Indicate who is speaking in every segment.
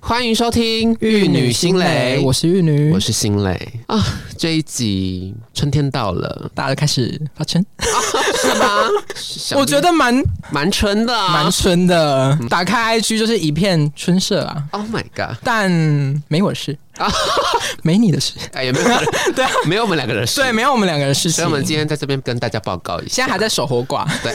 Speaker 1: 欢迎收听《玉女心蕾》，
Speaker 2: 我是玉嗯女，
Speaker 1: 我是心蕾啊。这一集春天到了，
Speaker 2: 大家开始发春，
Speaker 1: 是 吗？
Speaker 2: 我觉得蛮
Speaker 1: 蛮春的、啊，
Speaker 2: 蛮春的。打开 IG 就是一片春色啊，
Speaker 1: Oh my god！
Speaker 2: 但没我的事啊， 没你的事，
Speaker 1: 哎，也没有
Speaker 2: 对啊，
Speaker 1: 没有我们两个人的事
Speaker 2: 对，没有我们两个人的事
Speaker 1: 所
Speaker 2: 情。
Speaker 1: 以我们今天在这边跟大家报告一下，
Speaker 2: 现在还在守活寡，
Speaker 1: 对，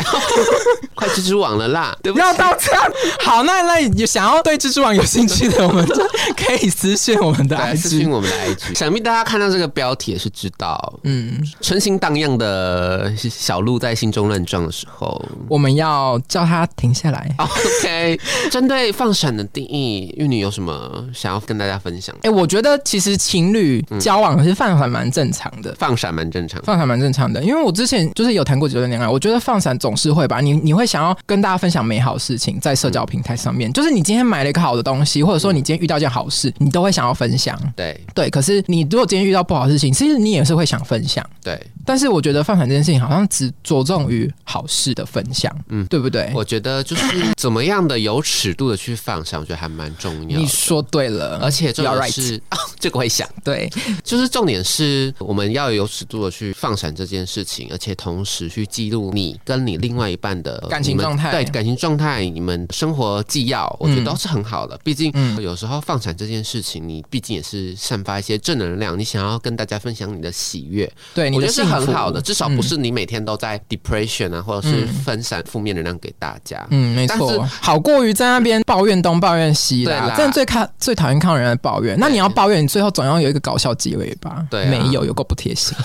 Speaker 1: 快蜘蛛网了啦，对不起
Speaker 2: 要到这样。好，那那有想要对蜘蛛网有兴趣的，我们就可以私信我们的
Speaker 1: 对，私
Speaker 2: IG
Speaker 1: 信。我们的 IG，想必大家看到这个标题也是知道，嗯，春心荡漾的小鹿在心中乱撞的时候。
Speaker 2: 我们要叫他停下来。
Speaker 1: OK，针对放闪的定义，玉女有什么想要跟大家分享？
Speaker 2: 哎、我觉得其实情侣交往是犯法蛮正常的。
Speaker 1: 放闪蛮正常，
Speaker 2: 放闪蛮正常的，因为我之前就是有谈过几段恋啊爱，我觉得放闪总是会吧，你你会想要跟大家分享美好事情，在社交平台上
Speaker 1: 嗯
Speaker 2: 面，就是你今天买了一个好的东西，或者说你今天遇到一件好事，你都会想要分享。
Speaker 1: 对
Speaker 2: 对，可是你如果今天遇到不好的事情，其实你也是会想分享。
Speaker 1: 对，
Speaker 2: 但是我觉得放闪这件事情好像只着重于好事的分享，嗯，对不对？
Speaker 1: 我觉得就是怎么样的有尺度的去放闪，我觉得还蛮重要
Speaker 2: 你
Speaker 1: 的。
Speaker 2: 说对了，
Speaker 1: 而且重
Speaker 2: You're
Speaker 1: 点
Speaker 2: right
Speaker 1: 是、啊， 这个我也想，
Speaker 2: 对，
Speaker 1: 就是重点是我们要有尺度的去放闪这件事情，而且同时去记录你跟你另外一半的
Speaker 2: 感情
Speaker 1: 你们
Speaker 2: 状态
Speaker 1: 对感情状态、你们生活纪要，我觉得都是很好的。毕竟有时候放闪这件事情，你毕竟也是散发一些正能量，你想要跟大家分享你的喜悦，
Speaker 2: 对，你
Speaker 1: 我觉
Speaker 2: 的
Speaker 1: 得是
Speaker 2: 幸福
Speaker 1: 很好的，至少不是你每天都在 depression 啊，或者是分散负面能量给大家。
Speaker 2: 嗯，没
Speaker 1: 但是
Speaker 2: 错，好过于在那边抱怨东抱怨西
Speaker 1: 对啦
Speaker 2: 啦。真的最看最讨厌看到人来抱怨。那你要抱怨，你最后总要有一个搞笑结尾吧？
Speaker 1: 对啊
Speaker 2: 没有，有够不贴心。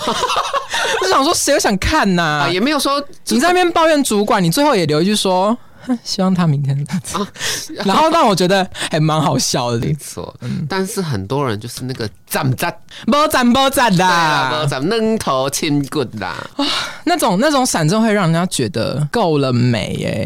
Speaker 2: 我想说，谁有想看呐、
Speaker 1: 啊，也没有说
Speaker 2: 你在那边抱怨主管，你最后也留一句说。哼希望他明天， 然后让我觉得还蛮好笑的
Speaker 1: 没，错，但是很多人就是那个站站
Speaker 2: 波赞波赞的
Speaker 1: 啊，咱们愣头青棍啦，
Speaker 2: 那种那种闪真会让人家觉得够了没耶、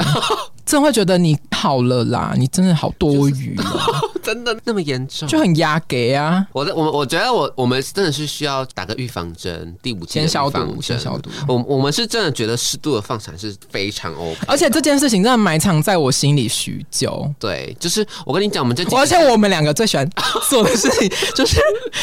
Speaker 2: 真会觉得你好了啦，你真的好多余哦、
Speaker 1: 真的那么严重？
Speaker 2: 就很压给啊。
Speaker 1: 我的，我们我觉得我我们真的是需要打个预防针，第五季的
Speaker 2: 先消
Speaker 1: 预防
Speaker 2: 毒，
Speaker 1: 针
Speaker 2: 先消。毒。
Speaker 1: 我我们是真的觉得适度的放闪是非常 OK，
Speaker 2: 而且这件事情真的埋藏在我心里许久。
Speaker 1: 对，就是我跟你讲，我们这几
Speaker 2: 而且我们两个最喜欢做的事情，就是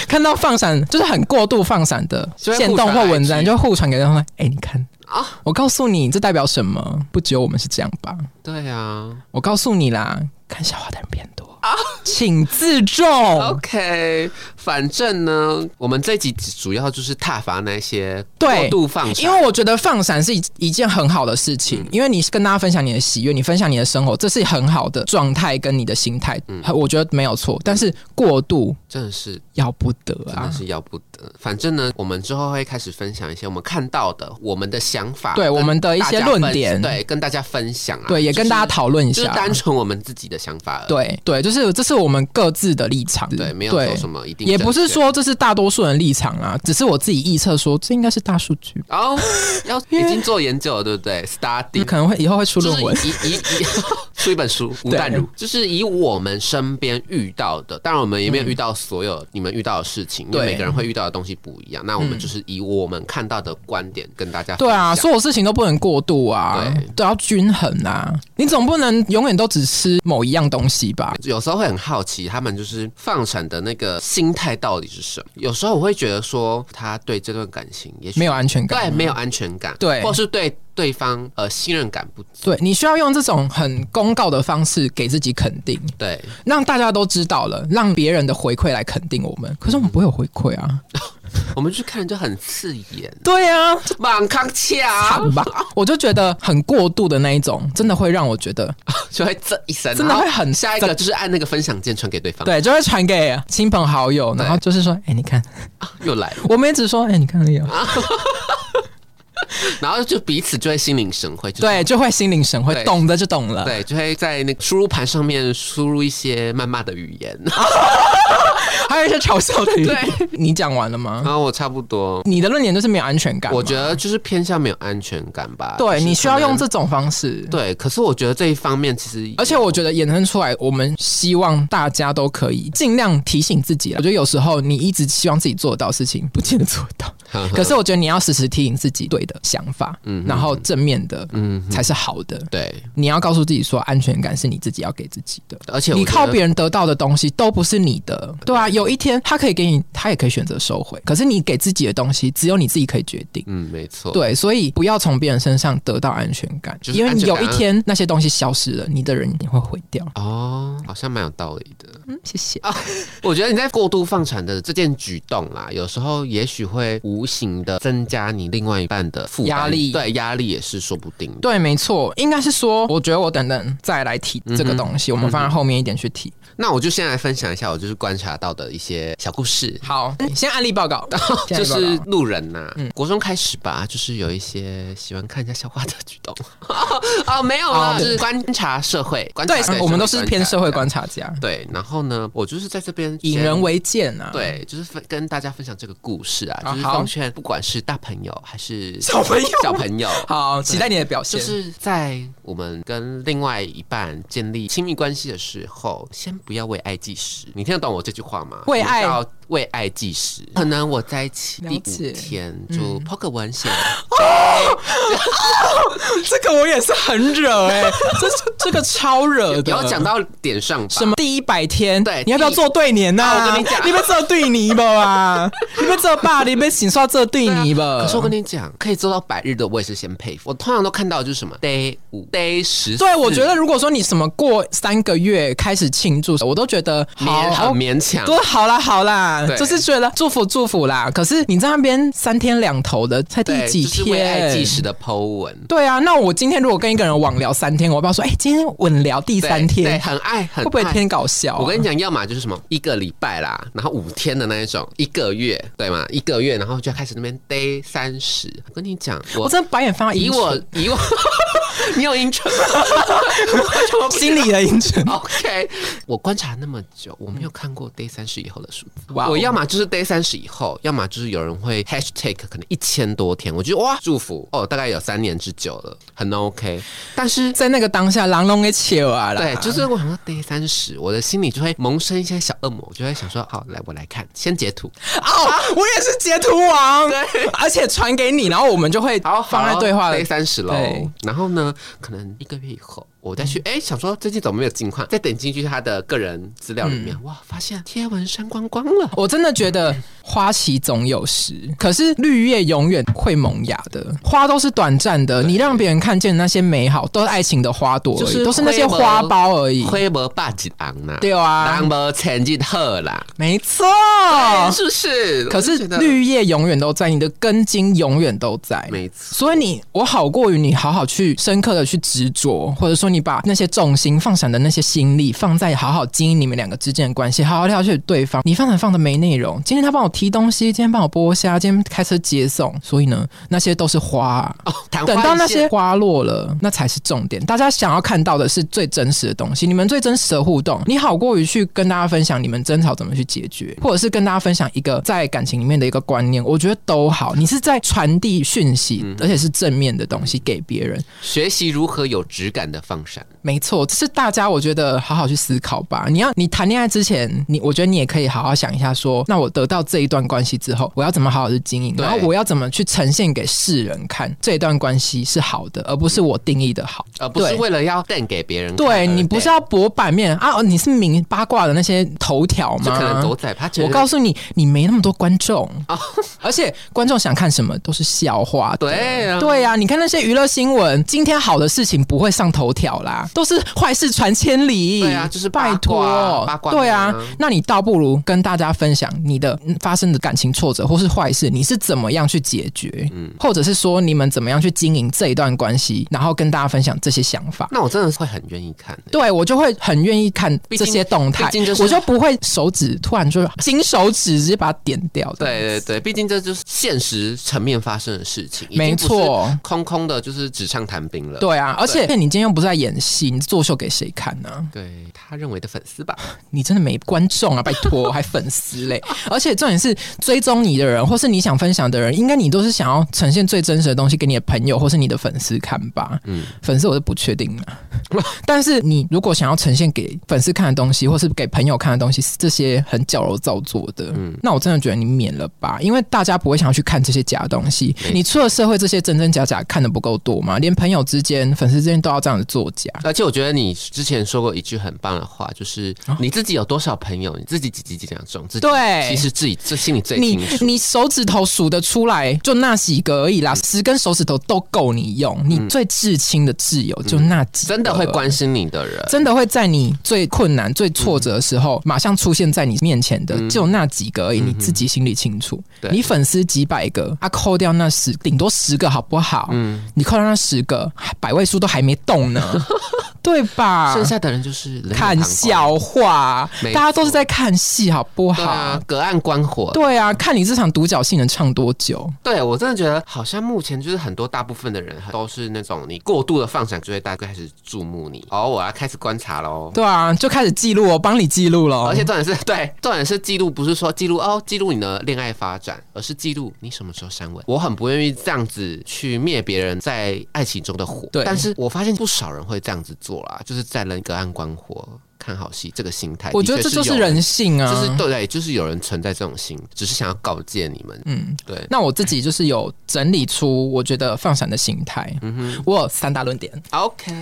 Speaker 2: 看到放闪，就是很过度放闪的
Speaker 1: 就会
Speaker 2: 线动或文章，
Speaker 1: 互传 IG
Speaker 2: 就互传给对方。哎、你看
Speaker 1: 啊
Speaker 2: 啊，我告诉你，这代表什么？不只有我们是这样吧？
Speaker 1: 对啊
Speaker 2: 我告诉你啦，看笑话的人变多啊，请自重。
Speaker 1: ，OK，反正呢，我们这集主要就是挞伐那些过
Speaker 2: 对
Speaker 1: 度放
Speaker 2: 因
Speaker 1: 闪，
Speaker 2: 为我觉得放闪是一一件很好的事情，
Speaker 1: 嗯
Speaker 2: 因为你跟大家分享你的喜悦，你分享你的生活，这是很好的状态跟你的心态，
Speaker 1: 嗯
Speaker 2: 我觉得没有错。但是过度
Speaker 1: 真的是
Speaker 2: 要不得
Speaker 1: 真
Speaker 2: 啊
Speaker 1: 的！是要不得。反正呢，我们之后会开始分享一些我们看到的、我们的想法，
Speaker 2: 对
Speaker 1: 跟
Speaker 2: 我们的一些
Speaker 1: 大家分
Speaker 2: 论点
Speaker 1: 对，跟大家分享啊，
Speaker 2: 对，也
Speaker 1: 就是
Speaker 2: 跟大家讨论一
Speaker 1: 就是
Speaker 2: 下。
Speaker 1: 单纯我们自己的想法而已，
Speaker 2: 对对，就是这是我们各自的立场，
Speaker 1: 对，没有
Speaker 2: 对
Speaker 1: 说什么一定，
Speaker 2: 也不是。说这是大多数人立场啊，只是我自己臆测说这应该是大数据，
Speaker 1: 哦， 要已经做研究了，对不对？Study
Speaker 2: 可能会以后会出论文。
Speaker 1: 就是以以以 出一本书，吴淡如，就是以我们身边遇到的，当然我们也没有遇到所有你们遇到的事情，因为
Speaker 2: 嗯对嗯
Speaker 1: 每个人会遇到的东西不一样。那我们就是以我们看到的观点跟大家分
Speaker 2: 对啊，
Speaker 1: 享
Speaker 2: 所有事情都不能过度啊
Speaker 1: 对，
Speaker 2: 都要均衡啊。你总不能永远都只吃某一样东西吧？
Speaker 1: 有时候会很好奇，他们就是放闪的那个心态到底是什么？有时候我会觉得说，他对这段感情也许
Speaker 2: 没有安全感。
Speaker 1: 对没有安全感，
Speaker 2: 对
Speaker 1: 或是对对方呃信任感不足，
Speaker 2: 对，你需要用这种很公告的方式给自己肯定，
Speaker 1: 对，
Speaker 2: 让大家都知道了，让别人的回馈来肯定我们。可是我们不会有回馈啊。
Speaker 1: 我们去看就很刺眼，
Speaker 2: 对啊，
Speaker 1: 满康恰
Speaker 2: 好吧， 我就觉得很过度的那一种，真的会让我觉得，
Speaker 1: 就会这一声，
Speaker 2: 真的
Speaker 1: 然后
Speaker 2: 会 很
Speaker 1: 下一个就是按那个分享键传给对方，
Speaker 2: 对，就会传给亲朋好友，
Speaker 1: 对
Speaker 2: 然后就是说，哎、你看，
Speaker 1: 又来了，
Speaker 2: 我们也只说，哎、你看有，
Speaker 1: 啊然后就彼此就会心领神会，就是
Speaker 2: 对，就会心领神会
Speaker 1: 对，
Speaker 2: 懂的就懂了。
Speaker 1: 对，就会在那个输入盘上面输入一些谩骂的语言。
Speaker 2: 啊还有一些嘲笑的语言。
Speaker 1: 对
Speaker 2: 你讲完了吗？
Speaker 1: 然后我差不多，
Speaker 2: 你的论点就是没有安全感嘛。
Speaker 1: 我觉得就是偏向没有安全感吧。
Speaker 2: 对
Speaker 1: 就是
Speaker 2: 你需要用
Speaker 1: 可能
Speaker 2: 这种方式。
Speaker 1: 对，可是我觉得这一方面其实，
Speaker 2: 而且我觉得衍生出来，我们希望大家都可以尽量提醒自己啦。我觉得有时候你一直希望自己做得到的事情，不见得做得到。
Speaker 1: 呵呵
Speaker 2: 可是我觉得你要时时提醒自己对的想法，
Speaker 1: 嗯
Speaker 2: 然后正面的
Speaker 1: 嗯哼
Speaker 2: 才是好的。
Speaker 1: 对，
Speaker 2: 你要告诉自己说，安全感是你自己要给自己的。
Speaker 1: 而且我
Speaker 2: 你
Speaker 1: 觉
Speaker 2: 靠
Speaker 1: 得
Speaker 2: 别人得到的东西都不是你的，对啊。有一天他可以给你，他也可以选择收回。可是你给自己的东西，只有你自己可以决定。
Speaker 1: 嗯，没错，
Speaker 2: 对，所以不要从别人身上得到安全感，
Speaker 1: 就是
Speaker 2: 因为
Speaker 1: 安全
Speaker 2: 有
Speaker 1: 感
Speaker 2: 一
Speaker 1: 啊
Speaker 2: 天那些东西消失了，你的人也会毁掉。
Speaker 1: 哦，好像蛮有道理的。
Speaker 2: 嗯，谢谢。
Speaker 1: 我觉得你在过度放产的这件举动啦，有时候也许会无形的增加你另外一半的负担
Speaker 2: 压力
Speaker 1: 对压力也是说不定的。
Speaker 2: 对，没错，应该是说，我觉得我等等再来提
Speaker 1: 嗯
Speaker 2: 这个东西，我们放在后面一点去提。
Speaker 1: 那我就先来分享一下我就是观察到的一些小故事。
Speaker 2: 好，先案例报告，先
Speaker 1: 哎 就
Speaker 2: 案例报告
Speaker 1: 是路人呐、
Speaker 2: 嗯
Speaker 1: 国中开始吧，就是有一些喜欢看人家笑话的举动。 哦，没有
Speaker 2: 哦
Speaker 1: 了，就是观察社会，观察
Speaker 2: 对，我们都是偏社会
Speaker 1: 观察。
Speaker 2: 观察家，
Speaker 1: 对，然后呢，我就是在这边
Speaker 2: 引
Speaker 1: 先
Speaker 2: 人为鉴啊。，
Speaker 1: 对，就是分跟大家分享这个故事啊，
Speaker 2: 啊
Speaker 1: 就是
Speaker 2: 好
Speaker 1: 奉劝不管是大朋友还是
Speaker 2: 小朋友
Speaker 1: 小朋 友，
Speaker 2: 好，期待你的表
Speaker 1: 就
Speaker 2: 现。
Speaker 1: 是在我们跟另外一半建立亲密关系的时候，先不要为爱计时。你听得懂我这句话吗？
Speaker 2: 为爱
Speaker 1: 要为爱计时。可能我在一起第
Speaker 2: 了解嗯
Speaker 1: 五天就抛个玩笑，
Speaker 2: 这个我也是很惹哎、 这是这个超惹的。
Speaker 1: 有讲到点上吧？
Speaker 2: 呃什么第一百天？
Speaker 1: 对
Speaker 2: 你要不要
Speaker 1: 第一
Speaker 2: 做对联呐、
Speaker 1: 啊我跟你讲
Speaker 2: 你被这对泥 巴啊，你被这爸，你被请刷这对啊泥巴。
Speaker 1: 啊可是我跟你讲，呃可以做到百日的，我也是先佩服。我通常都看到的就是什么 day 五 day 十，
Speaker 2: 对，我觉得如果说你什么过三个月开始庆祝，我都觉得
Speaker 1: 勉很
Speaker 2: 好。
Speaker 1: 勉强。
Speaker 2: 多好啦，好啦，
Speaker 1: 对
Speaker 2: 就是觉得祝福祝福啦。可是你在那边三天两头的，才第
Speaker 1: 对，
Speaker 2: 几
Speaker 1: 就是为爱
Speaker 2: 天？
Speaker 1: 计时的 Po 文。
Speaker 2: 对啊，那我今天如果跟一个人网聊三天，我要不要说，哎、今天稳聊第
Speaker 1: 对
Speaker 2: 三
Speaker 1: 对，
Speaker 2: 天，
Speaker 1: 很爱，很
Speaker 2: 会不会
Speaker 1: 爱
Speaker 2: 偏搞笑、啊
Speaker 1: 我跟你讲，要么就是什么一个礼拜啦，然后五天的那一种，一个月对吗？一个月，然后就开始那边 day 三十。我跟你讲，我
Speaker 2: 我真的白眼翻到
Speaker 1: 以
Speaker 2: 阴唇
Speaker 1: 我以我， 你有阴唇吗
Speaker 2: 心里的阴唇。
Speaker 1: ？OK，我观察那么久，我没有看过 day 三十以后的数字。
Speaker 2: 哇哦
Speaker 1: 我要么就是 day 三十以后，要么就是有人会 hashtag 可能一千多天，我觉得哇，祝福哦，大概有三年之久了，很 OK。但是
Speaker 2: 在那个当下，狼龙给切啊啦。
Speaker 1: 对，就是我想说 day 三十，我的心里就会萌生一些小恶魔，我就会想说，好，来我来看，先截图，啊
Speaker 2: 哦，我也是截图王，而且传给你，然后我们就会放在对话
Speaker 1: ，day
Speaker 2: 的。
Speaker 1: 三十喽
Speaker 2: 对。
Speaker 1: 然后呢，可能一个月以后，我再去，哎、想说最近怎么没有近况，再点进去他的个人资料里面，哇，发现贴文删光光了。
Speaker 2: 我真的觉得花期总有时，可是绿叶永远会萌芽的，花都是短暂的。你让别人看见那些美好，都是爱情的花朵而已，
Speaker 1: 就是
Speaker 2: 都是那些花苞而已。
Speaker 1: 灰魔霸几昂呐，
Speaker 2: 对啊
Speaker 1: 昂，魔成绩特啦，
Speaker 2: 没错。
Speaker 1: 是不哦是？
Speaker 2: 可
Speaker 1: 我
Speaker 2: 是
Speaker 1: 就觉得
Speaker 2: 绿叶永远都在，你的根茎永远都在。
Speaker 1: 没错
Speaker 2: 所以你我好过于你好好去深刻的去执着，或者说你把那些重心放闪的那些心力放在好好经营你们两个之间的关系，好好了解对方。你放闪放的没内容，今天他帮我提东西，今天帮我剥虾，今天开车接送，所以呢，那些都是花啊、
Speaker 1: 哦，昙花
Speaker 2: 等到
Speaker 1: 一
Speaker 2: 那
Speaker 1: 现
Speaker 2: 些花落了，那才是重点。大家想要看到的是最真实的东西，你们最真实的互动。你好过于去跟大家分享你们争吵怎么去解决，或者是跟大家分享一个在感情里面的一个观念，我觉得都好。你是在传递讯息，而且是正面的东西给别人。
Speaker 1: 学习如何有质感的放闪，
Speaker 2: 没错，这是大家我觉得好好去思考吧。你要你谈恋爱之前，你我觉得你也可以好好想一下说那我得到这一段关系之后，我要怎么好好去经营，
Speaker 1: 对
Speaker 2: 然后我要怎么去呈现给世人看，这一段关系是好的，而不是我定义的好，
Speaker 1: 而不是
Speaker 2: 对
Speaker 1: 为了要瞪给别人看而
Speaker 2: 对你不是要博版面啊？哦，你是明八卦的那些头条
Speaker 1: 就可能狗
Speaker 2: 吗？
Speaker 1: 仔，他觉
Speaker 2: 我
Speaker 1: 得
Speaker 2: 告诉你，你没那么多观众，而且观众想看什么都是笑话的。
Speaker 1: 对啊，
Speaker 2: 对呀、你看那些娱乐新闻，今天好的事情不会上头条啦，都是坏事传千里。
Speaker 1: 对啊就是八
Speaker 2: 拜
Speaker 1: 卦
Speaker 2: 托
Speaker 1: 八卦，
Speaker 2: 对
Speaker 1: 啊
Speaker 2: 啊，那你倒不如跟大家分享你的嗯发生的感情挫折或是坏事，你是怎么样去解决，
Speaker 1: 嗯
Speaker 2: 或者是说你们怎么样去经营这一段关系，然后跟大家分享这些想法。
Speaker 1: 那我真的是会很愿意看、欸。
Speaker 2: 对我就会很愿意看
Speaker 1: 毕
Speaker 2: 这
Speaker 1: 竟
Speaker 2: 些动态
Speaker 1: 毕竟就，是
Speaker 2: 我就不会手指突然就金手指直接把它点掉。
Speaker 1: 对对对，毕竟这就是现实层面发生的事情，已经
Speaker 2: 没错
Speaker 1: 不是空空的，就是纸上谈兵了。
Speaker 2: 对啊，而且你今天又不是在演戏，你作秀给谁看呢、
Speaker 1: 对他认为的粉丝吧，
Speaker 2: 你真的没观众啊，拜 托，还粉丝嘞！而且重点是，追踪你的人，或是你想分享的人，应该你都是想要呈现最真实的东西给你的朋友或是你的粉丝看吧。
Speaker 1: 嗯，
Speaker 2: 粉丝我是不确定 啊，但是你如果想要呈现给粉丝看的东西，或是给朋友看的东西，这些很矫揉造作的，
Speaker 1: 嗯
Speaker 2: 那我真的觉得你免了吧，因为大家不会想要去看这些假东西
Speaker 1: 没。错
Speaker 2: 你出了社会，这些真真假假看的不够多吗？连朋友之间、粉丝之间都要这样子作假。
Speaker 1: 而且我觉得你之前说过一句很棒的话，就是你自己有多少朋友，你自己几几几两种，自己
Speaker 2: 对
Speaker 1: 其实自己最心里最
Speaker 2: 你
Speaker 1: 清楚。
Speaker 2: 你手指头数得出来，就那几个而已啦，十根手指头都够你用。你最至亲的挚友就那几个
Speaker 1: 嗯真的会关心你的人，
Speaker 2: 真的会在你最困难、最挫折的时
Speaker 1: 嗯
Speaker 2: 候，马上出现在你面前的，就那几个而已，你自己心里清楚。
Speaker 1: 对
Speaker 2: 你粉丝几百个，啊，扣掉那十，顶多十个，好不好？
Speaker 1: 嗯
Speaker 2: 你扣掉那十个，百位数都还没动 呢，对吧？
Speaker 1: 剩下的人就是冷眼旁
Speaker 2: 看
Speaker 1: 观
Speaker 2: 笑话
Speaker 1: 没，
Speaker 2: 大家都是
Speaker 1: 错
Speaker 2: 在看戏，好不
Speaker 1: 对
Speaker 2: 好？
Speaker 1: 啊，隔岸观火。
Speaker 2: 对啊，看你这场独角戏能唱多久？
Speaker 1: 对我真的觉得，好像目前就是很多大部分的人都是那种你过度的放闪，就会大家开始注目你。哦，我要开始观察喽。
Speaker 2: 对啊，就开始记录哦，帮你记录喽。
Speaker 1: 而且重点是对，重点是记录，不是说记录哦，记录你的恋爱发展，而是记录你什么时候删文。我很不愿意这样子去灭别人在爱情中的火，
Speaker 2: 对
Speaker 1: 但是我发现不少人会这样子做啦，就是在人隔岸观火看好戏这个心态，
Speaker 2: 我觉得
Speaker 1: 的确
Speaker 2: 这就是
Speaker 1: 有
Speaker 2: 人。性啊。
Speaker 1: 就是对对，就是有人存在这种心，只是想要告诫你们。嗯，对，
Speaker 2: 那我自己就是有整理出我觉得放闪的心态，
Speaker 1: 嗯
Speaker 2: 我有三大论点。
Speaker 1: OK，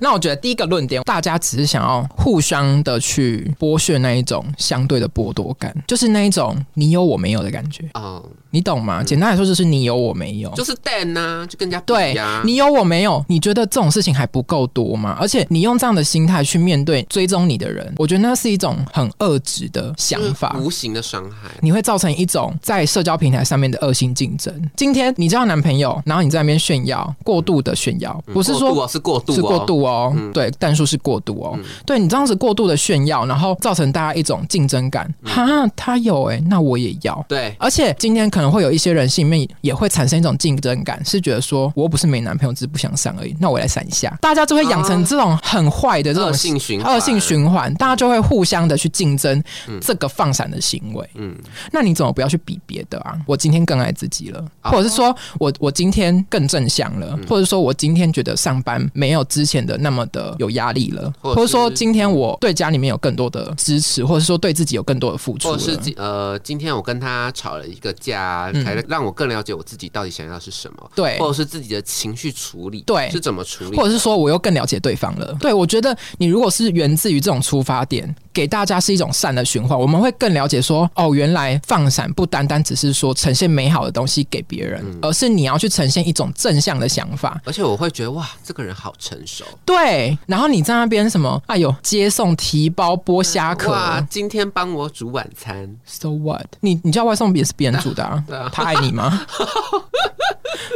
Speaker 2: 那我觉得第一个论点，大家只是想要互相的去剥削那一种相对的剥夺感，就是那一种你有我没有的感觉，
Speaker 1: 嗯，
Speaker 2: 你懂吗？简单来说就是你有我没有，
Speaker 1: 就是 Dan 呐、就更加
Speaker 2: 哦对
Speaker 1: 呀、
Speaker 2: 你有我没有？你觉得这种事情还不够多吗？而且你用这样的心态去面对追踪你的人，我觉得那是一种很恶质的想
Speaker 1: 就是
Speaker 2: 法。
Speaker 1: 无形的伤害，
Speaker 2: 你会造成一种在社交平台上面的恶性竞争。今天你交男朋友，然后你在那边炫耀，过度的炫耀，不是
Speaker 1: 过度
Speaker 2: 说
Speaker 1: 哦是过度、哦，嗯
Speaker 2: 是过度哦，对，但数是过度哦，对你这样子过度的炫耀，然后造成大家一种竞争感，
Speaker 1: 嗯
Speaker 2: 哈，他有哎、那我也要。
Speaker 1: 对，
Speaker 2: 而且今天可能会有一些人心里面也会产生一种竞争感，是觉得说我又不是没男朋友，只是不想上而已，那我来闪一下，大家就会养成这种很坏的这种
Speaker 1: 恶性循环
Speaker 2: 恶性循环，大家就会互相的去竞争这个放闪的行为。
Speaker 1: 嗯，
Speaker 2: 那你怎么不要去比别的啊？我今天更爱自己了，
Speaker 1: 啊
Speaker 2: 或者是说我我今天更正向了，
Speaker 1: 嗯
Speaker 2: 或者说我今天觉得上班没有之前的那么的有压力了，
Speaker 1: 或
Speaker 2: 或
Speaker 1: 者是
Speaker 2: 者说今天我对家里面有更多的支持，或者说对自己有更多的付出
Speaker 1: 或
Speaker 2: 了。
Speaker 1: 者是今呃，今天我跟他吵了一个架，才让我更了解我自己到底想要的是什么，
Speaker 2: 嗯对
Speaker 1: 或者是自己的情绪处理，
Speaker 2: 对
Speaker 1: 是怎么处理，
Speaker 2: 或者是说我又更了解对方了。对我觉得你如果是源自于这种出发点，给大家是一种善的循环，我们会更了解说哦，原来放闪不单单只是说呈现美好的东西给别人，
Speaker 1: 嗯
Speaker 2: 而是你要去呈现一种正向的想法。
Speaker 1: 而且我会觉得哇，这个人好成熟，
Speaker 2: 对，然后你在那边什么？哎呦，接送提包剥虾壳
Speaker 1: 哇，今天帮我煮晚餐，
Speaker 2: ，so what？你你叫外送也是别人煮的啊，
Speaker 1: 对啊
Speaker 2: 他爱 你吗？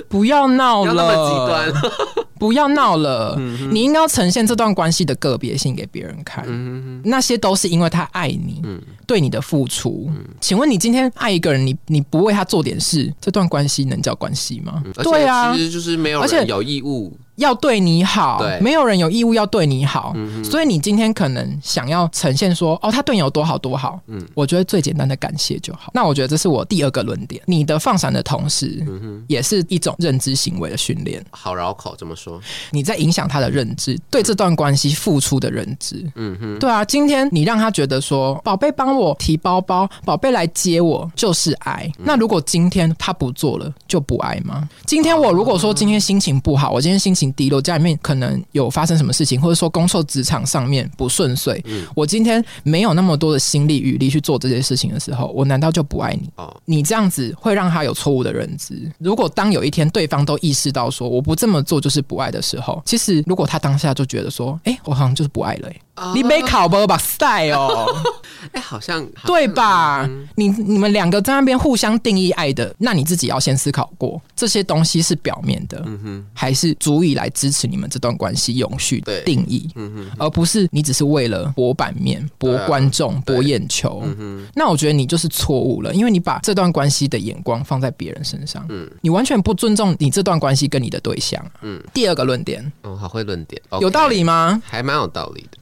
Speaker 2: 不要闹
Speaker 1: 不
Speaker 2: 哦了，
Speaker 1: 要那么极端，嗯
Speaker 2: 不要闹了，你应该要呈现这段关系的个别性给别人看，
Speaker 1: 嗯
Speaker 2: 那些都是因为他爱你，对你的付出。
Speaker 1: 嗯
Speaker 2: 请问你今天爱一个人，你你不为他做点事，这段关系能叫关系吗？
Speaker 1: 嗯而且
Speaker 2: 对啊
Speaker 1: 其，实就是没有
Speaker 2: 而且
Speaker 1: 人有义务，
Speaker 2: 要对你好
Speaker 1: 对，嗯
Speaker 2: 没有人有义务要对你好，所以你今天可能想要呈现说，哦，他对你有多好多好，
Speaker 1: 嗯
Speaker 2: 我觉得最简单的感谢就好。那我觉得这是我第二个论点，你的放闪的同时，
Speaker 1: 嗯
Speaker 2: 也是一种认知行为的训练。
Speaker 1: 好绕口，怎么说？
Speaker 2: 你在影响他的认知，对这段关系付出的认知。
Speaker 1: 嗯哼，
Speaker 2: 对啊，今天你让他觉得说，宝贝帮我提包包，宝贝来接我，就是爱。
Speaker 1: 嗯
Speaker 2: 那如果今天他不做了，就不爱吗？今天
Speaker 1: 哦
Speaker 2: 我如果说今天心情不好，我今天心情低落，家里面可能有发生什么事情，或者说工作职场上面不顺遂，
Speaker 1: 嗯
Speaker 2: 我今天没有那么多的心力余力去做这些事情的时候，我难道就不爱你？
Speaker 1: 哦，
Speaker 2: 你这样子会让他有错误的认知。如果当有一天对方都意识到说我不这么做就是不爱的时候，其实如果他当下就觉得说，哎、我好像就是不爱了、欸，你没考不把赛哦，
Speaker 1: 嗯哎，好像
Speaker 2: 对？吧？
Speaker 1: 嗯
Speaker 2: 你你们两个在那边互相定义爱的，那你自己要先思考过，这些东西是表面的，
Speaker 1: 嗯
Speaker 2: 还是足以来支持你们这段关系永续
Speaker 1: 对
Speaker 2: 定义，
Speaker 1: 嗯哼，
Speaker 2: 而不是你只是为了博版面、博
Speaker 1: 对啊
Speaker 2: 观众、博
Speaker 1: 对
Speaker 2: 眼球。
Speaker 1: 嗯
Speaker 2: 那我觉得你就是错误了，因为你把这段关系的眼光放在别人身上，
Speaker 1: 嗯
Speaker 2: 你完全不尊重你这段关系跟你的对象。啊
Speaker 1: 嗯
Speaker 2: 第二个论点
Speaker 1: 哼，哦，好会论点，
Speaker 2: 有
Speaker 1: OK
Speaker 2: 道，理吗？
Speaker 1: 还蛮有道理的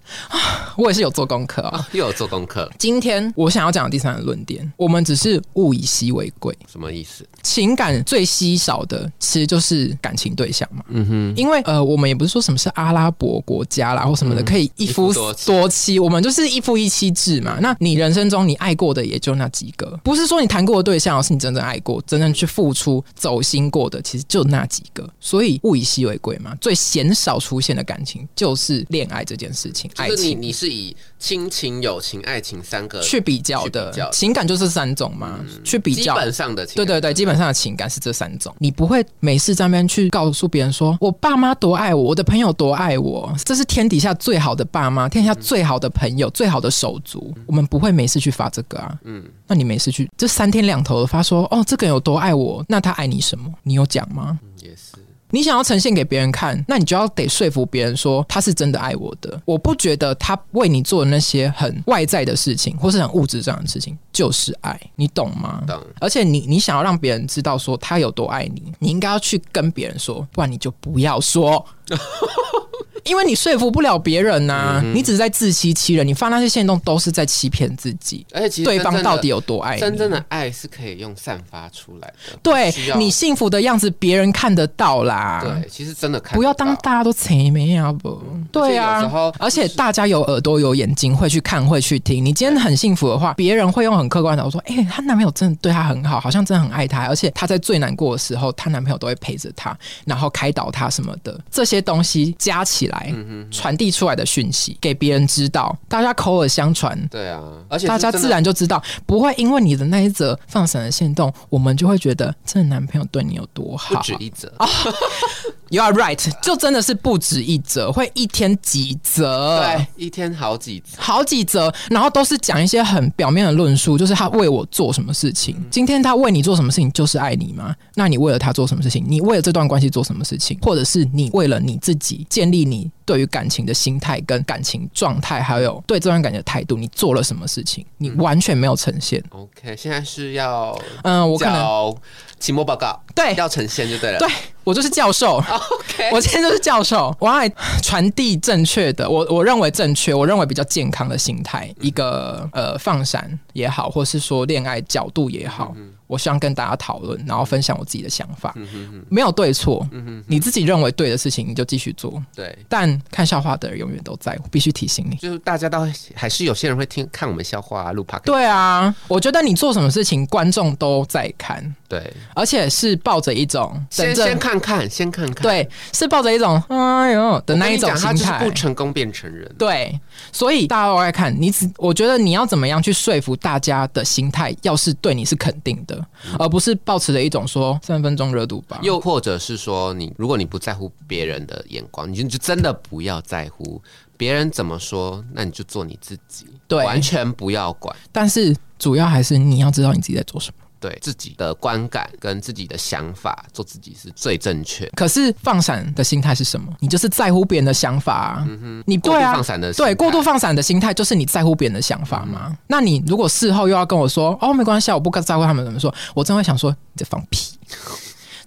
Speaker 2: 我也是有做 功课哦。
Speaker 1: 啊，又有做功课，
Speaker 2: 今天我想要讲的第三个论点，我们只是物以稀为贵，
Speaker 1: 什么意思？
Speaker 2: 情感最稀少的其实就是感情对象嘛。
Speaker 1: 嗯哼，
Speaker 2: 因为呃，我们也不是说什么是阿拉伯国家啦或什么的，可以一夫
Speaker 1: 一夫多妻
Speaker 2: 多妻，我们就是一夫一妻制嘛。那你人生中你爱过的也就那几个，不是说你谈过的对象，而是你真正爱过、真正去付出、走心过的，其实就那几个。所以物以稀为贵嘛，最鲜少出现的感情就是恋爱这件事情，爱
Speaker 1: 就是你
Speaker 2: 情。
Speaker 1: 你是以亲情、友情、爱情三个
Speaker 2: 去比较
Speaker 1: 呃去
Speaker 2: 的
Speaker 1: 比较嗯
Speaker 2: 情感就是三种嘛，去比
Speaker 1: 基
Speaker 2: 较
Speaker 1: 本上的情
Speaker 2: 对
Speaker 1: 感，
Speaker 2: 对对，基本上的情感是这三种，你不会每次在那边去告诉别人说我爸妈多爱我，我的朋友多爱我，这是天底下最好的爸妈，天底下
Speaker 1: 嗯
Speaker 2: 最好的朋友，最好的手足，我们不会没事去发这个啊。嗯，那你没事去这三天两头的发说哦，这个人有多爱我，那他爱你什么？你有讲吗？
Speaker 1: 嗯也是，
Speaker 2: 你想要呈现给别人看，那你就要得说服别人说他是真的爱我的。我不觉得他为你做的那些很外在的事情，或是很物质上的事情，就是爱，你懂吗？
Speaker 1: 懂
Speaker 2: 而且你你想要让别人知道说他有多爱你，你应该要去跟别人说，不然你就不 要说。因为你说服不了别人呐、啊
Speaker 1: 嗯
Speaker 2: 你只是在自欺欺人，你发那些行动都是在欺骗自己。
Speaker 1: 而且其实
Speaker 2: 对方
Speaker 1: 真正的
Speaker 2: 到底有多爱你？
Speaker 1: 真正的爱是可以用散发出来的，
Speaker 2: 对
Speaker 1: 不需要
Speaker 2: 你幸福的样子，别人看得到啦。
Speaker 1: 对，其实真的看
Speaker 2: 不要
Speaker 1: 得
Speaker 2: 当
Speaker 1: 到
Speaker 2: 大家都贼眉啊不？对
Speaker 1: 而且有时
Speaker 2: 啊
Speaker 1: 候，
Speaker 2: 而且大家有耳朵有眼睛，会去看会去听。你今天很幸福的话，别人会用很客观的角度说：“哎、她男朋友真的对她很好，好像真的很爱她，
Speaker 1: 嗯
Speaker 2: 而且她在最难过的时候，她男朋友都会陪着她，然后开导她什么的。”这些东西加起来
Speaker 1: 嗯
Speaker 2: 传递出来的讯息给别人知道，大家口耳相传，
Speaker 1: 对啊，而且
Speaker 2: 大
Speaker 1: 是
Speaker 2: 家
Speaker 1: 真
Speaker 2: 自
Speaker 1: 的
Speaker 2: 然就知道，不会因为你的那一则放闪的线动，我们就会觉得这男朋友对你有多
Speaker 1: 不
Speaker 2: 好。啊
Speaker 1: 止一则，
Speaker 2: You are right，就真的是不止一则，会一天几则，
Speaker 1: 对，，一天好几则，
Speaker 2: 好几则，然后都是讲一些很表面的论述，就是他为我做什么事情，今天他为你做什么事情就是爱你吗？那你为了他做什么事情？你为了这段关系做什么事情？或者是你为了你自己建立你对于感情的心态、跟感情状态，还有对这段感情的态度，你做了什么事情？你完全没有呈现。
Speaker 1: OK，现在是要
Speaker 2: 嗯，我可能
Speaker 1: 交期末报告，
Speaker 2: 对
Speaker 1: 要呈现就对了。
Speaker 2: 对我就是教授。
Speaker 1: ，OK，
Speaker 2: 我今天就是教授，我要来传递正确的，我我认为正确，我认为比较健康的心态，
Speaker 1: 嗯
Speaker 2: 一个呃放闪也好，或是说恋爱角度也
Speaker 1: 嗯
Speaker 2: 好，我希望跟大家讨论，然后分享我自己的想
Speaker 1: 嗯
Speaker 2: 法，没有对错，你自己认为对的事情你就继续做，
Speaker 1: 对，
Speaker 2: 但看笑话的人永远都在，我必须提醒你。
Speaker 1: 就是大家到还是有些人会听看我们笑话啊，录 p o d
Speaker 2: 对啊，我觉得你做什么事情，观众都在看，
Speaker 1: 对，
Speaker 2: 而且是抱着一种真
Speaker 1: 先先
Speaker 2: 正
Speaker 1: 看看，先看看。
Speaker 2: 对，是抱着一种哎呦的
Speaker 1: 我
Speaker 2: 那
Speaker 1: 跟
Speaker 2: 一
Speaker 1: 你
Speaker 2: 种
Speaker 1: 讲，
Speaker 2: 心
Speaker 1: 他就是
Speaker 2: 态，
Speaker 1: 不成功变成人。
Speaker 2: 对，所以大家都爱看你只，我觉得你要怎么样去说服大家的心态，要是对你是肯定的，而不是抱持着一种说三分钟热度吧。
Speaker 1: 又或者是说你，如果你不在乎别人的眼光，你就你就真的不要在乎别人怎么说，那你就做你自己，
Speaker 2: 对
Speaker 1: 完全不要管。
Speaker 2: 但是主要还是你要知道你自己在做什么。
Speaker 1: 对自己的观感跟自己的想法，做自己是最正确。
Speaker 2: 可是放闪的心态是什么？你就是在乎别人的想法、啊。你
Speaker 1: 过
Speaker 2: 对
Speaker 1: 度
Speaker 2: 啊
Speaker 1: 放，闪的心态，嗯
Speaker 2: 对过度放闪的心态就是你在乎别人的想法嘛。那你如果事后又要跟我说哦没关系，啊，我不在乎他们怎么说，我真会想说你在放 屁。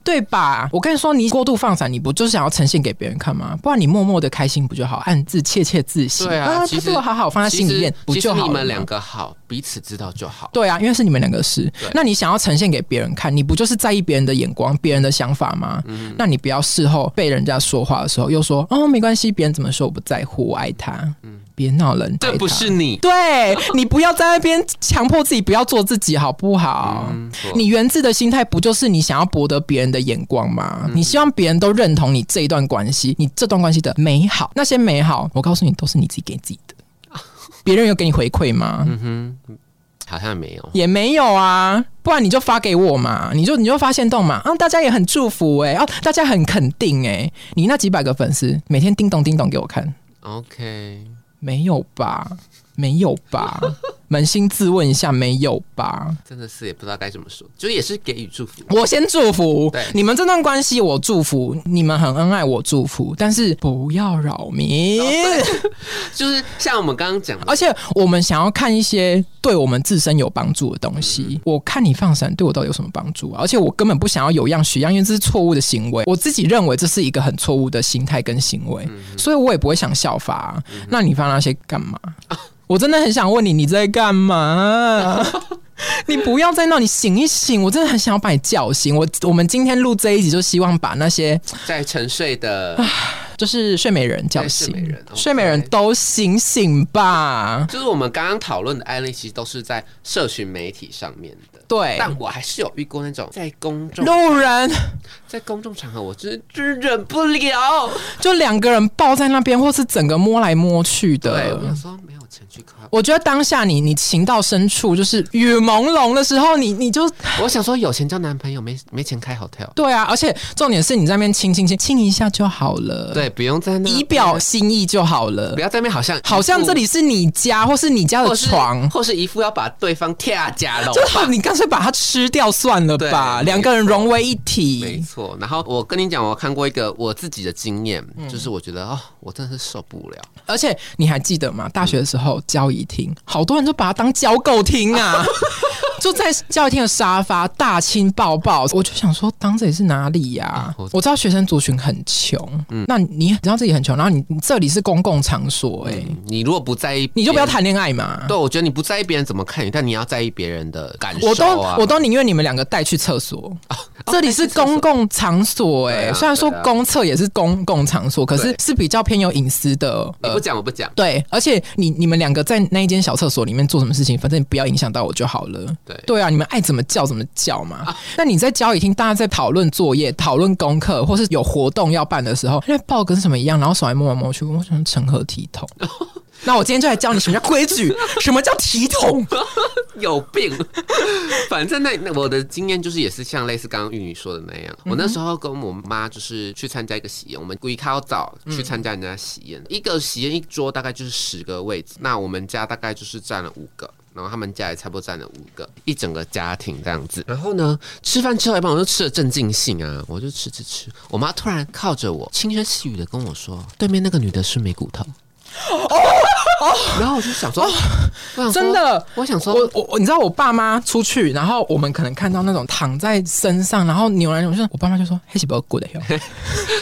Speaker 2: 对吧？我跟你说，你过度放闪，你不就是想要呈现给别人看吗？不然你默默的开心不就好？暗自窃窃自喜，
Speaker 1: 对啊其
Speaker 2: 他
Speaker 1: 实
Speaker 2: 对我好好放在
Speaker 1: 其
Speaker 2: 心里面
Speaker 1: 实，
Speaker 2: 不
Speaker 1: 其
Speaker 2: 就
Speaker 1: 实
Speaker 2: 好了
Speaker 1: 你
Speaker 2: 吗？
Speaker 1: 们两个好，彼此知道就好。
Speaker 2: 对啊，因为是你们两个事
Speaker 1: 对。
Speaker 2: 那你想要呈现给别人看，你不就是在意别人的眼光、别人的想法吗？
Speaker 1: 嗯
Speaker 2: 那你不要事后被人家说话的时候又说哦，没关系，别人怎么说我不在乎，我爱他。别闹了，你爱
Speaker 1: 嗯这不
Speaker 2: 他
Speaker 1: 是你，
Speaker 2: 对你不要在那边强迫自己不要做自己，好不好？
Speaker 1: 错
Speaker 2: 你源自的心态不就是你想要博得别人的眼光吗？
Speaker 1: 嗯
Speaker 2: 你希望别人都认同你这一段关系，你这段关系的美好，那些美好，我告诉你，都是你自己给自 己的。别人有给你回馈吗？
Speaker 1: 好像没有。
Speaker 2: 也没有啊，不然你就发给我嘛，你就你就发现动嘛，啊，大家也很祝福哎、啊，大家很肯定哎、你那几百个粉丝每天叮咚叮咚给我看，
Speaker 1: OK，
Speaker 2: 没有吧？没有吧？扪心自问一下，没有吧？
Speaker 1: 真的是也不知道该怎么说，就也是给予祝 福。
Speaker 2: 我先祝福
Speaker 1: 对
Speaker 2: 你们这段关系，我祝福你们很恩爱，我祝福，但是不要扰
Speaker 1: 哦
Speaker 2: 民。
Speaker 1: 就是像我们刚刚讲的，
Speaker 2: 而且我们想要看一些对我们自身有帮助的东西。
Speaker 1: 嗯
Speaker 2: 我看你放闪对我到底有什么帮助啊？而且我根本不想要有样学样，因为这是错误的行为。我自己认为这是一个很错误的心态跟行为，
Speaker 1: 嗯
Speaker 2: 所以我也不会想效法啊、那你放那些干 嘛？我真的很想问你，你在 干嘛？你不要在那里醒一醒！我真的很想要把你叫醒。我我们今天录这一集，就希望把那些
Speaker 1: 在沉睡的，
Speaker 2: 就是睡美人叫
Speaker 1: 对睡
Speaker 2: 醒，
Speaker 1: 美人
Speaker 2: 睡美人
Speaker 1: OK
Speaker 2: 都醒醒吧。
Speaker 1: 就是我们刚刚讨论的案例，其实都是在社群媒体上面的。
Speaker 2: 对，
Speaker 1: 但我还是有遇过那种在公众
Speaker 2: 路人
Speaker 1: 在公众场合，我真的就是忍不了。
Speaker 2: 就两个人抱在那边，或是整个摸来摸去
Speaker 1: 对，我
Speaker 2: 的
Speaker 1: 有。时候没有钱去夸，
Speaker 2: 我觉得当下你你情到深处，就是雨朦胧的时候，你你就
Speaker 1: 我想说有钱交男朋友，没没钱开 hotel。
Speaker 2: 对啊，而且重点是你在那边亲亲亲亲一下就好了，，
Speaker 1: 对，不用在那
Speaker 2: 以表心意就好了
Speaker 1: 不。要在那边好像
Speaker 2: 好像这里是你家，或是你家
Speaker 1: 或
Speaker 2: 的
Speaker 1: 是
Speaker 2: 床，
Speaker 1: 或是一副要把对方跳家 了。
Speaker 2: 就是你干脆把它吃掉算了吧，
Speaker 1: 对
Speaker 2: 两个人融为一
Speaker 1: 没
Speaker 2: 体。
Speaker 1: 错，然后我跟你讲，我看过一个我自己的经验，
Speaker 2: 嗯
Speaker 1: 就是我觉得哦，我真的是受不了。
Speaker 2: 而且你还记得吗？大学的时候交谊厅，好多人都把它当交购 厅啊，就在交谊厅的沙发大亲抱抱。我就想说，当这里是哪里呀、
Speaker 1: 嗯我嗯
Speaker 2: 我知道学生族群很穷，那你知道自己很穷，然后你你这里是公共场所、欸，
Speaker 1: 嗯你如果不在意，
Speaker 2: 你就不要。谈啊恋爱嘛。
Speaker 1: 对，我觉得你不在意别人怎么看你，但你要在意别人的感受
Speaker 2: 我都
Speaker 1: 啊。
Speaker 2: 我都宁愿你们两个带去厕所， 这里是
Speaker 1: 带去厕所
Speaker 2: 公共场所哎、
Speaker 1: 对啊
Speaker 2: 虽然说
Speaker 1: 对啊
Speaker 2: 公厕也是公共场所，可是
Speaker 1: 对
Speaker 2: 是比较偏有隐私的。
Speaker 1: 你
Speaker 2: 呃
Speaker 1: 呃不讲，我不讲。
Speaker 2: 对，而且你你们两个在那一间小厕所里面做什么事情，反正你不要影响到我就好了。
Speaker 1: 对
Speaker 2: 对啊，你们爱怎么叫怎么叫嘛。那你在交易厅，大家在讨论作业、讨论功课，或是有活动要办的时候，那抱跟什么一样，然后手还摸来摸去，我想成何体 统？那我今天就来教你什么叫规矩，什么叫体统。
Speaker 1: 有病。反正那那我的经验就是也是像类似刚刚玉女说的那
Speaker 2: 嗯
Speaker 1: 样，我那时候跟我妈就是去参加一个喜宴，我们故意开到早去参加人家喜
Speaker 2: 嗯
Speaker 1: 宴，一个喜宴一桌大概就是十个位置，那我们家大概就是占了五个。然后他们家也差不多占了五个，一整个家庭这样子。然后呢，吃饭吃到一半，我就吃的正尽兴啊，我就吃吃吃。我妈突然靠着我，轻声细语的跟我说：“对面那个女的是没骨头。”
Speaker 2: 哦
Speaker 1: 然后我就想说，我想说
Speaker 2: 真的
Speaker 1: 我想说，
Speaker 2: 我我我，你知道我爸妈出去，然后我们可能看到那种躺在身上，然后扭来扭去，我爸妈就说：“黑起不要过的哟。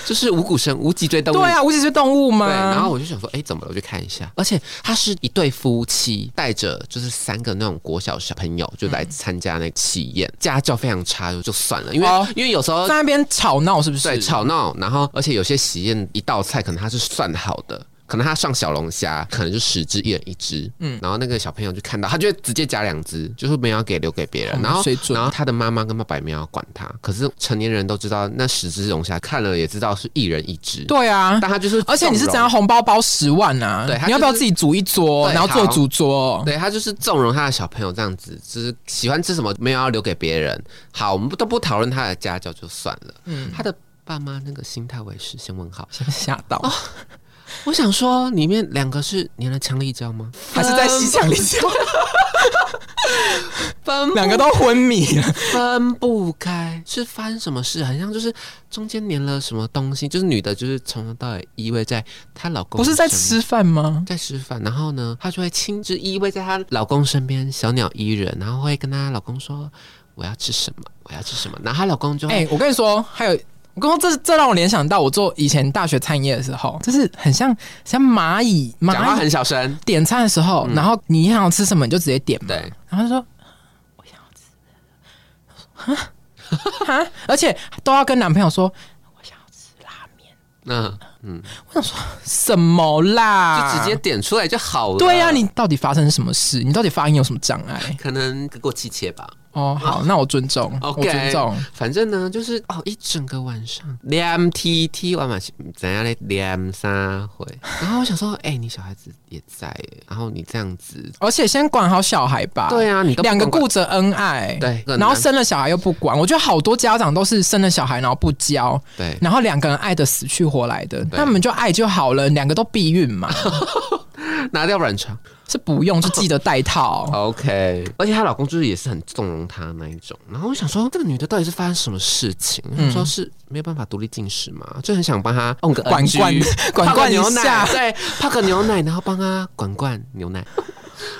Speaker 1: 就是无骨生无脊 椎”动物。
Speaker 2: 对啊，无脊椎动物嘛。
Speaker 1: 对然后我就想说，哎、怎么了？我去看一下。而且他是一对夫妻，带着就是三个那种国小小朋友，就来参加那个喜宴，家教非常差就就算了，因为、
Speaker 2: 哦
Speaker 1: 因为有时候
Speaker 2: 在那边吵闹是不是？
Speaker 1: 对吵闹，然后而且有些喜宴一道菜可能他是算好的。可能他上小龙虾，可能就十只，一人一只。嗯，然后那个小朋友就看到，他就会直接夹两只，就是没有要给留给别
Speaker 2: 好
Speaker 1: 人。
Speaker 2: 没
Speaker 1: 然后
Speaker 2: 哦水准
Speaker 1: 然后他的妈妈跟爸爸也没有要管他。可是成年人都知道，那十只龙虾看了也知道是一人一只。
Speaker 2: 对啊，
Speaker 1: 但他就是，
Speaker 2: 而且你是怎样？红包包十万啊？
Speaker 1: 对他
Speaker 2: 你要不要
Speaker 1: 就是
Speaker 2: 自己组一桌，
Speaker 1: 对
Speaker 2: 然后做
Speaker 1: 好
Speaker 2: 主桌？
Speaker 1: 对他就是纵容他的小朋友这样子，就是喜欢吃什么没有要留给别人。好，我们都不讨论他的家教就算了，嗯，他的爸妈那个心态我也是先问号。
Speaker 2: 吓吓到，
Speaker 1: 哦我想说，里面两个是粘了强力胶吗？
Speaker 2: 还是在西墙里叫，
Speaker 1: 分
Speaker 2: 两个都昏迷了。
Speaker 1: 分不开，是发生什么事？很像就是中间粘了什么东西，就是女的，就是从头到尾依偎在她老 公，
Speaker 2: 不是在。吃饭吗？
Speaker 1: 在吃饭，然后呢，她就会亲自依偎在她老公身边，小鸟依人，然后会跟她老公说：“我要吃什么，我要吃什么。”然后她老公就会
Speaker 2: 哎、我跟你说，还有。我跟你说，这这让我联想到我做以前大学餐饮业的时候，就是很像像蚂蚁，
Speaker 1: 讲话
Speaker 2: 蚂蚁
Speaker 1: 很小嗯声，
Speaker 2: 点餐的时候，然后你想要吃什么你就直接点嘛。
Speaker 1: 对，
Speaker 2: 然后他说 我想要吃，我说哈哈，而且都要跟男朋友说
Speaker 1: 嗯，
Speaker 2: 什么啦，
Speaker 1: 就直接点出来就好了。
Speaker 2: 啊对呀、你到底发生什么事？你到底发音有什么障碍？
Speaker 1: 可能给我气切吧。
Speaker 2: 哦， 好，那我尊重
Speaker 1: OK，
Speaker 2: 我尊重。
Speaker 1: 反正呢，就是哦，一整个晚上两 T T 晚晚怎样嘞？两三回。然后我想说，哎、你小孩子也在耶，然后你这样子，
Speaker 2: 而且先管好小孩吧。
Speaker 1: 对啊，你都不
Speaker 2: 两个
Speaker 1: 管
Speaker 2: 顾着恩爱，
Speaker 1: 对
Speaker 2: 然后生了小孩又不管，我觉得好多家长都是生了小孩然后不教，
Speaker 1: 对，
Speaker 2: 然后两个人爱的死去活来的，那你们就爱就好了，两个都避孕嘛。
Speaker 1: 拿掉软床。
Speaker 2: 是不用，就记得带 套。
Speaker 1: OK，而哦且她老公就是也是很纵容她那一种。然后我想说，这个女的到底是发生什么事情？她说是没有办法独立进食嘛，就很想帮她哦弄个
Speaker 2: 嗯管
Speaker 1: NG
Speaker 2: 罐 管
Speaker 1: 泡个
Speaker 2: 罐一
Speaker 1: 牛奶，
Speaker 2: 下
Speaker 1: 对，泡个牛奶，然后帮她管罐牛 奶，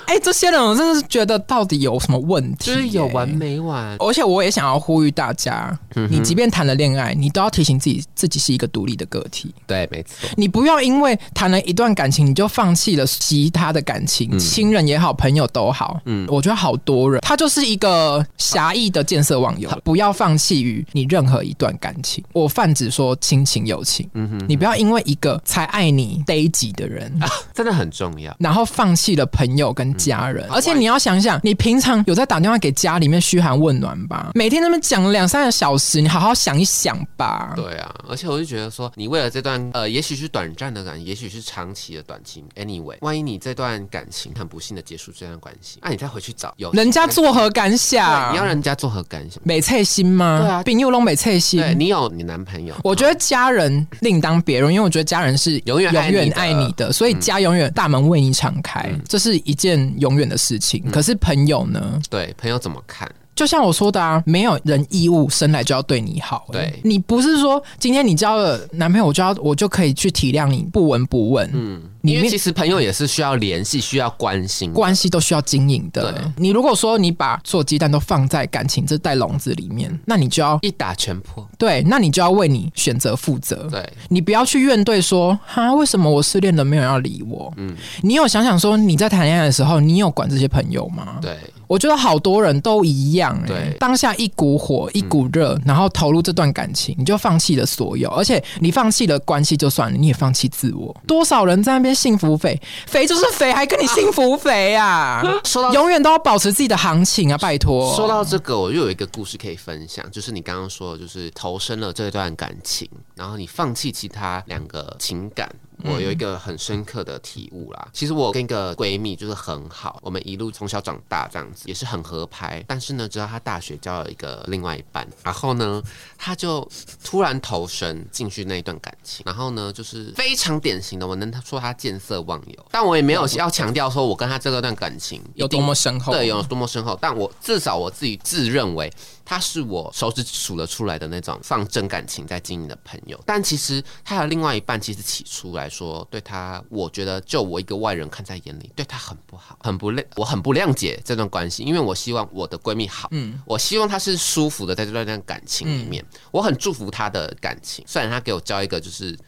Speaker 2: 哎、这些人我真的是觉得到底有什么问题、
Speaker 1: 就是有完
Speaker 2: 哎
Speaker 1: 没完。嗯
Speaker 2: 而且我也想要呼吁大家，你即便谈了恋爱，你都要提醒自己，自己是一个独立的个体。
Speaker 1: 对，没错，
Speaker 2: 你不要因为谈了一段感情，你就放弃了其他的感情，亲人也好，朋友都好。嗯，我觉得好多人，他就是一个狭义的建设网友，不要放弃于你任何一段感情。我泛指说亲情、友情。嗯哼，你不要因为一个才爱你 day 几的 人，
Speaker 1: 真的很重要。
Speaker 2: 然后放弃了朋友跟家人，而且你要想想，你平常有在打电话给家里面嘘寒问暖吧？每天那边讲两三个小时，你好好想一想吧。
Speaker 1: 对啊，而且我就觉得说，你为了这段呃，也许是短暂的感情，也许是长期的短期，anyway，万一你这段感情很不幸的结束这段关系，那、你再回去找有
Speaker 2: 人家啊作何感
Speaker 1: 对
Speaker 2: 想
Speaker 1: 你？要人家做何感想？
Speaker 2: 美翠心吗？
Speaker 1: 对啊
Speaker 2: 并又弄美翠心。
Speaker 1: 对你有你男朋友，
Speaker 2: 我觉得家人另当别论，因为我觉得家人是
Speaker 1: 永远爱
Speaker 2: 永
Speaker 1: 你的
Speaker 2: 远爱你的，所嗯以家永远大门为你敞开，这是一件永远的事情。可是朋友呢？
Speaker 1: 对朋友怎么看？
Speaker 2: 就像我说的啊，没有人义务生来就要对你好、欸
Speaker 1: 对
Speaker 2: 你不是说今天你交了男朋友，我就要我就可以去体谅你不闻不问，嗯，你
Speaker 1: 因为
Speaker 2: 面
Speaker 1: 其实朋友也是需要联系，需要关心。
Speaker 2: 关系都需要经营
Speaker 1: 对
Speaker 2: 的。你如果说你把所有鸡蛋都放在感情这袋笼子里面，那你就要
Speaker 1: 一打全破，
Speaker 2: 对，那你就要为你选择负责。
Speaker 1: 对，
Speaker 2: 你不要去怨对说，哈，为什么我失恋了没有人要理我？嗯，你有想想说你在谈恋爱的时候，你有管这些朋友吗？
Speaker 1: 对，
Speaker 2: 我觉得好多人都一样、欸，
Speaker 1: 对
Speaker 2: 当下一股火一股热，然后投入这段感情，你就放弃了所有，而且你放弃了关系就算了，你也放弃自我。多少人在那边幸福肥，肥就是肥，还跟你幸福 肥啊？
Speaker 1: 说到
Speaker 2: 永远都要保持自己的行情啊，拜托。
Speaker 1: 说到这个，我又有一个故事可以分享，就是你刚刚说，就是投身了这段感情，然后你放弃其他两个情感。我有一个很深刻的体悟
Speaker 2: 嗯
Speaker 1: 啦。其实我跟一个闺蜜就是很好，我们一路从小长大这样子，也是很合拍。但是呢，直到她大学交了一个另外一半，然后呢，她就突然投身进去那一段感情，然后呢，就是非常典型的，我能说她见色忘友，但我也没有要强调说我跟她这段感情一
Speaker 2: 啊有
Speaker 1: 定
Speaker 2: 多么深厚？
Speaker 1: 对，有多么深厚。但我至少我自己自认为，他是我手指数得出来的那种放真感情在经营的朋友。但其实他的另外一半，其实起初来说，对他，我觉得就我一个外人看在眼里，对他很不好，很不谅，我很不谅解这段关系，因为我希望我的闺蜜好，嗯，我希望她是舒服的在这段感情里面，
Speaker 2: 嗯
Speaker 1: 我很祝福她的感情。虽然她给我交一个就是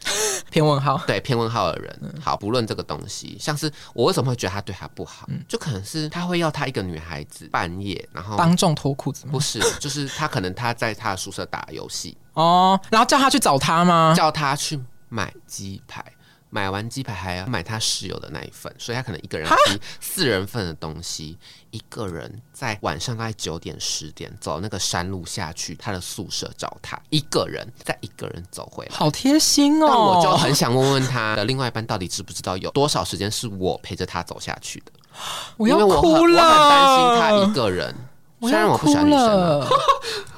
Speaker 2: 偏问号。
Speaker 1: 对偏问号的人，好，不论这个东西，像是我为什么会觉得他对他不好，就可能是他会要他一个女孩子半夜，然后
Speaker 2: 当众脱裤子吗
Speaker 1: 不？是，就是他可能他在他的宿舍打游戏，
Speaker 2: 哦，然后叫他去找他吗？
Speaker 1: 叫他去买鸡排，买完鸡排还要买他室友的那一份，所以他可能一个人吃四人份的东西，一个人在晚上大概九点十点走那个山路下去他的宿舍找他，一个人再一个人走回来。
Speaker 2: 好贴心哦！
Speaker 1: 但我就很想问问他的另外一半到底知不知道有多少时间是我陪着他走下去的，
Speaker 2: 我
Speaker 1: 因为
Speaker 2: 要
Speaker 1: 我很
Speaker 2: 哭了，
Speaker 1: 我很担心他一个人。虽然
Speaker 2: 要
Speaker 1: 我不喜欢
Speaker 2: 哭
Speaker 1: 女生、啊，
Speaker 2: 了。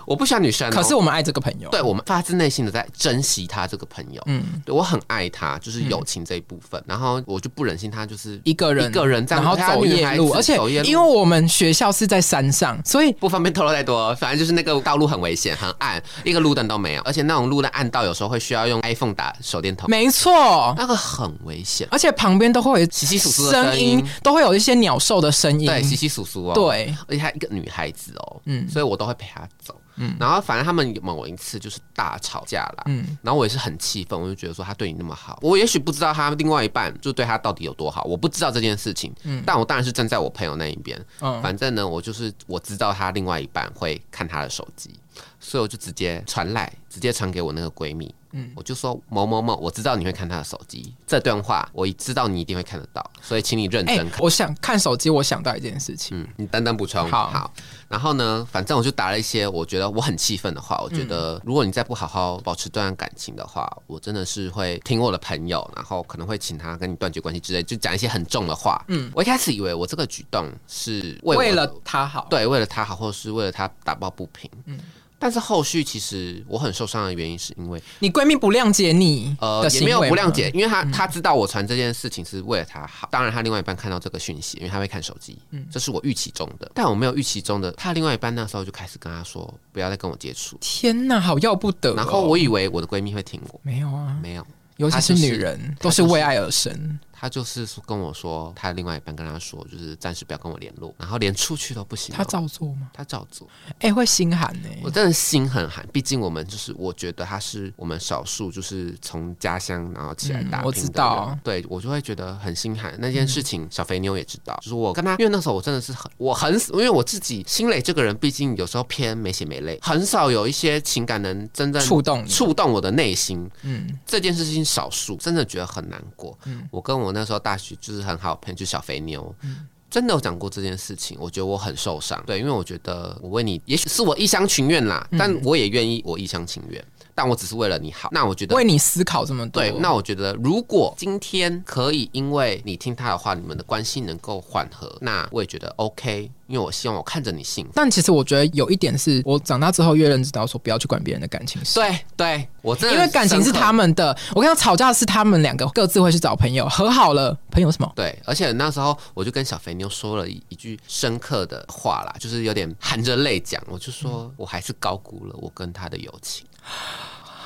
Speaker 1: 我不喜欢女生哦、
Speaker 2: 可是我们爱这个朋友，
Speaker 1: 对我们发自内心的在珍惜他这个朋友，嗯，对我很爱他，就是友情这一部
Speaker 2: 嗯
Speaker 1: 分。然后我就不忍心他就是
Speaker 2: 一个人
Speaker 1: 一个人这样
Speaker 2: 然后
Speaker 1: 陪他
Speaker 2: 走
Speaker 1: 女
Speaker 2: 夜
Speaker 1: 孩
Speaker 2: 路，
Speaker 1: 子
Speaker 2: 而且
Speaker 1: 走夜路
Speaker 2: 因为我们学校是在山上，所以
Speaker 1: 不方便透露太多，反正就是那个道路很危险，很暗，一个路灯都没有，而且那种路的暗道有时候会需要用 iPhone 打手电筒，
Speaker 2: 没错，
Speaker 1: 那个很危险。
Speaker 2: 而且旁边都会有
Speaker 1: 稀稀疏疏的
Speaker 2: 声
Speaker 1: 声音
Speaker 2: 音，都会有一些鸟兽的声音，
Speaker 1: 对，稀稀疏疏哦。
Speaker 2: 对
Speaker 1: 而且她一个女孩子哦，嗯，所以我都会陪她走。嗯，然后反正他们某一次就是大吵架啦，嗯，然后我也是很气愤，我就觉得说他对你那么好，我也许不知道他另外一半就对他到底有多好，我不知道这件事情，嗯，哦但我当然是站在我朋友那一边，
Speaker 2: 嗯
Speaker 1: 反正呢，我就是我知道他另外一半会看他的手机，所以我就直接传来，直接传给我那个闺蜜，嗯，我就说某某某，我知道你会看他的手机，这段话我知道你一定会看得到，所以请你认
Speaker 2: 哎、
Speaker 1: 真看。
Speaker 2: 我想看手机，我想到一件事情，
Speaker 1: 嗯，你单单补充。
Speaker 2: 好
Speaker 1: 然后呢，反正我就打了一些我觉得我很气愤的话。我觉
Speaker 2: 嗯
Speaker 1: 得如果你再不好好保持这段感情的话，我真的是会听我的朋友，然后可能会请他跟你断绝关系之类，就讲一些很重的话。嗯，我一开始以为我这个举动是为我
Speaker 2: 为
Speaker 1: 的
Speaker 2: 了他好，
Speaker 1: 对为了他好，或者是为了他打抱不平。嗯。但是后续其实我很受伤的原因是因为
Speaker 2: 你闺蜜不谅解你
Speaker 1: 呃
Speaker 2: 的
Speaker 1: 也
Speaker 2: 行
Speaker 1: 没
Speaker 2: 为
Speaker 1: 有
Speaker 2: 吗嗯
Speaker 1: 不谅解，，因为她她知道我传这件事情是为了她好。当然，她另外一半看到这个讯息，因为她会看手机，
Speaker 2: 嗯
Speaker 1: 这是我预期中的，但我没有预期中的。她另外一半那时候就开始跟她说不要再跟我接触，
Speaker 2: 天哪，好要不得哦。
Speaker 1: 然后我以为我的闺蜜会听我，
Speaker 2: 没有啊，
Speaker 1: 没有，
Speaker 2: 尤其
Speaker 1: 她
Speaker 2: 是
Speaker 1: 就是
Speaker 2: 女人，
Speaker 1: 她
Speaker 2: 都是
Speaker 1: 就是
Speaker 2: 为爱而生。
Speaker 1: 她就是跟我说她另外一半跟她说就是暂时不要跟我联络，然后连出去都不行哦、
Speaker 2: 她照做吗？
Speaker 1: 她照做。
Speaker 2: 哎、会心寒呢、
Speaker 1: 我真的心很寒，毕竟我们就是，我觉得他是我们少数，就是从家乡然后起来打拼的人、
Speaker 2: 嗯我知道嗯
Speaker 1: 对我就会觉得很心寒。那件事情，小肥妞也知道，就是我跟他，因为那时候我真的是很，我很，因为我自己心磊这个人，毕竟有时候偏没血没泪，很少有一些情感能真正
Speaker 2: 触动你
Speaker 1: 触动我的内心。
Speaker 2: 嗯，
Speaker 1: 这件事情少数，真的觉得很难过。我跟我那时候大学就是很好的朋友，就是小肥妞。
Speaker 2: 嗯
Speaker 1: 真的有讲过这件事情，我觉得我很受伤。对，因为我觉得我为你，也许是我一厢情愿
Speaker 2: 嗯
Speaker 1: 啦，但我也愿意我一厢情愿，但我只是为了你好。那我觉得
Speaker 2: 为你思考这么多。
Speaker 1: 对，那我觉得如果今天可以因为你听他的话，你们的关系能够缓和，那我也觉得 OK，因为我希望我看着你幸福。
Speaker 2: 但其实我觉得有一点是我长大之后越认知到，说不要去管别人的感情事。
Speaker 1: 对对，我真的
Speaker 2: 因为感情是
Speaker 1: 深刻
Speaker 2: 他们的，我跟他吵架是他们两个各自会去找朋友，和好了，朋友什么？
Speaker 1: 对，而且那时候我就跟小肥妞说了一一句深刻的话啦，就是有点含着泪讲，我就说、
Speaker 2: 嗯
Speaker 1: 我还是高估了我跟他的友情，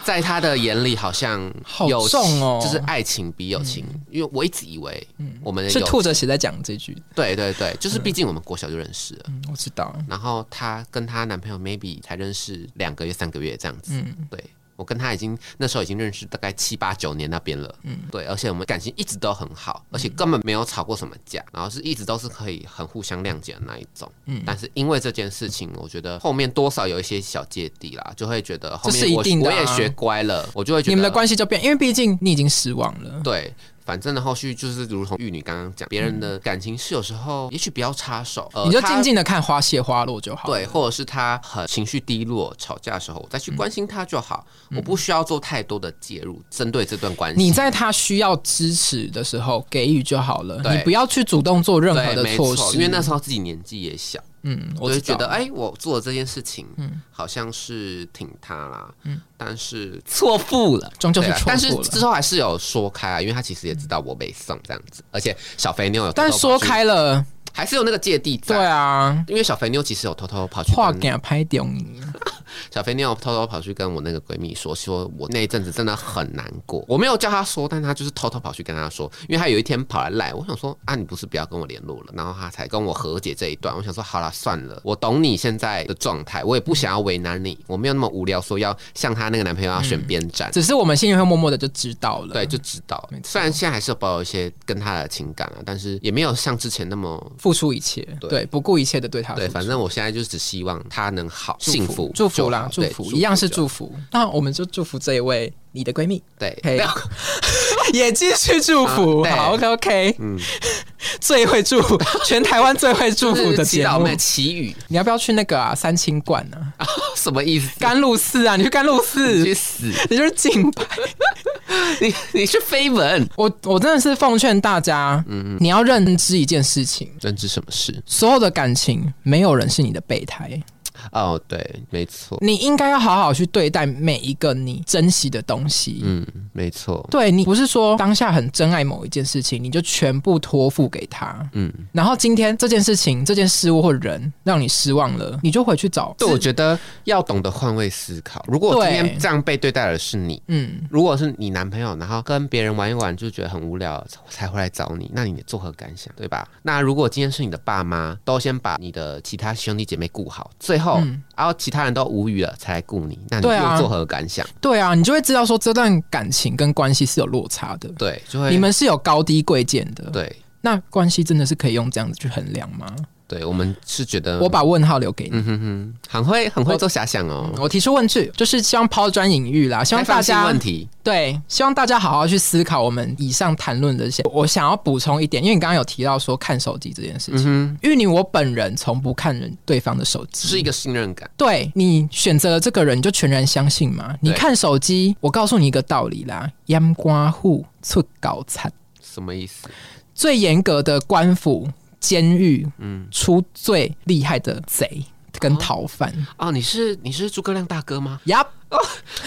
Speaker 1: 在他的眼里好像
Speaker 2: 好
Speaker 1: 友情
Speaker 2: 重哦嗯
Speaker 1: 就是爱情比友情，因为我一直以为我们的
Speaker 2: 是嗯
Speaker 1: 友
Speaker 2: 吐着血在讲这句。
Speaker 1: 对对对，就是毕竟我们国小就认识了。
Speaker 2: 嗯，我知道。
Speaker 1: 然后她跟她男朋友 maybe 才认识两个月、三个月这样子。
Speaker 2: 嗯
Speaker 1: 对我跟她已经那时候已经认识大概七八九年那边了。嗯，对，而且我们感情一直都很好，
Speaker 2: 嗯
Speaker 1: 而且根本没有吵过什么架，然后是一直都是可以很互相谅解的那一种。嗯，但是因为这件事情，我觉得后面多少有一些小芥蒂啦，就会觉得后
Speaker 2: 这是
Speaker 1: 面
Speaker 2: 一
Speaker 1: 我
Speaker 2: 定的
Speaker 1: 我
Speaker 2: 啊
Speaker 1: 也学乖了，我就会觉得
Speaker 2: 你们的关系就变，因为毕竟你已经失望了。
Speaker 1: 对，反正的后续就是如同玉女刚刚讲，别人的感情是有时候也许不要插手，呃
Speaker 2: 嗯你就
Speaker 1: 她
Speaker 2: 静静的看花谢花落就好。
Speaker 1: 对，，或者是他很情绪低落、吵架的时候，我再
Speaker 2: 嗯
Speaker 1: 去关心他就好，我不需要做太多的介入，针对这段关系。
Speaker 2: 你在他需要支持的时候给予就好了，
Speaker 1: 对
Speaker 2: 你不要去主动做任何
Speaker 1: 对，
Speaker 2: 的
Speaker 1: 没
Speaker 2: 措
Speaker 1: 错，
Speaker 2: 施。
Speaker 1: 因为那时候自己年纪也小，
Speaker 2: 嗯，我
Speaker 1: 我就
Speaker 2: 知
Speaker 1: 觉得，
Speaker 2: 道嗯
Speaker 1: 哎、我做这件事情，好像是挺他啦，但 是错付了。
Speaker 2: 终究是
Speaker 1: 对啊
Speaker 2: 错
Speaker 1: 但是
Speaker 2: 过了。
Speaker 1: 之后还是有说开啊，因为他其实也知道我被送这样子，而且小肥妞有偷偷
Speaker 2: 但
Speaker 1: 跑
Speaker 2: 说
Speaker 1: 去，
Speaker 2: 开了，
Speaker 1: 还是有那个芥蒂
Speaker 2: 对
Speaker 1: 在。
Speaker 2: 啊，
Speaker 1: 因为小肥妞其实有偷偷跑去
Speaker 2: 话
Speaker 1: 跟
Speaker 2: 给他拍掉你。
Speaker 1: 小肥妞偷偷跑去跟我那个闺蜜说，说我那一阵子真的很难过。我没有叫她说，但她就是偷偷跑去跟她说，因为她有一天跑来赖我，想说啊，你不是不要跟我联络了，然后她才跟我和解这一段。我想说好了，算了，我懂你现在的状态，我也不想要为难你，我没有那么无聊，说要像她那个男朋友要选边站。
Speaker 2: 只是我们心里会默默的就知道了。
Speaker 1: 对，，就知道
Speaker 2: 嗯没。错
Speaker 1: 虽然现在还是有保有一些跟她的情感啊，但是也没有像之前那么
Speaker 2: 付出一切，
Speaker 1: 对
Speaker 2: 对，不顾一切的对他啊付出。
Speaker 1: 对。反正我现在就只希望她能好，
Speaker 2: 祝
Speaker 1: 幸福
Speaker 2: 祝福啦，
Speaker 1: 就
Speaker 2: 祝
Speaker 1: 好对
Speaker 2: 福，一样是
Speaker 1: 就
Speaker 2: 祝福。那我们就祝福这一位你的闺蜜，
Speaker 1: 对。
Speaker 2: 可以 也继续祝福。
Speaker 1: 啊对
Speaker 2: 好，OK OK，嗯， 最会祝福，全台湾最会祝福
Speaker 1: 就
Speaker 2: 的
Speaker 1: 是祈
Speaker 2: 节
Speaker 1: 祷
Speaker 2: 目
Speaker 1: 妹。祈雨
Speaker 2: 你要不要去那个啊三清观啊，
Speaker 1: 什么意思？
Speaker 2: 甘露寺啊？你去甘露寺，
Speaker 1: 去死！
Speaker 2: 你就是敬拜。
Speaker 1: 你你是绯闻，
Speaker 2: 我我真的是奉劝大家，
Speaker 1: 嗯
Speaker 2: 你要认知一件事情，
Speaker 1: 认知什么事？
Speaker 2: 所有的感情没有人是你的备胎，
Speaker 1: 哦，对，没错，
Speaker 2: 你应该要好好去对待每一个你珍惜的东西。
Speaker 1: 嗯，没错，
Speaker 2: 对你不是说当下很珍爱某一件事情，你就全部托付给他，
Speaker 1: 嗯。
Speaker 2: 然后今天这件事情、这件事物或人让你失望了，你就回去找。
Speaker 1: 对，我觉得要懂得换位思考。如果今
Speaker 2: 对
Speaker 1: 天这样被对待的是你，
Speaker 2: 嗯，
Speaker 1: 如果是你男朋友，然后跟别人玩一玩就觉得很无聊才回来找你，那你作何感想，对吧？那如果今天是你的爸妈，都先把你的其他兄弟姐妹顾好，最后、然后其他人都无语了才来顾你，那你
Speaker 2: 对啊
Speaker 1: 又作何感想？
Speaker 2: 对啊，你就会知道说这段感情跟关系是有落差的，
Speaker 1: 对，就会
Speaker 2: 你们是有高低贵贱的。
Speaker 1: 对
Speaker 2: 那关系真的是可以用这样子去衡量吗？
Speaker 1: 对，我们是觉得
Speaker 2: 我把问号留给你。
Speaker 1: 嗯哼哼，很会很会做遐想哦。
Speaker 2: 嗯我提出问句，就是希望抛砖引玉啦，希望
Speaker 1: 开
Speaker 2: 大
Speaker 1: 放性
Speaker 2: 家
Speaker 1: 问题，
Speaker 2: 对，希望大家好好去思考我们以上谈论的这些。我想要补充一点，因为你刚刚有提到说看手机这件事情，
Speaker 1: 嗯
Speaker 2: 因为你我本人从不看人对方的手
Speaker 1: 哼，
Speaker 2: 机，
Speaker 1: 是一个信任感。
Speaker 2: 对你选择了这个人，你就全然相信嘛？你看手机，我告诉你一个道理啦，烟瓜户出搞惨，
Speaker 1: 什么意思？
Speaker 2: 最严格的官府、监狱，嗯，出最厉害的贼。跟逃犯。
Speaker 1: 哦，你是你是诸葛亮大哥吗？
Speaker 2: 呀、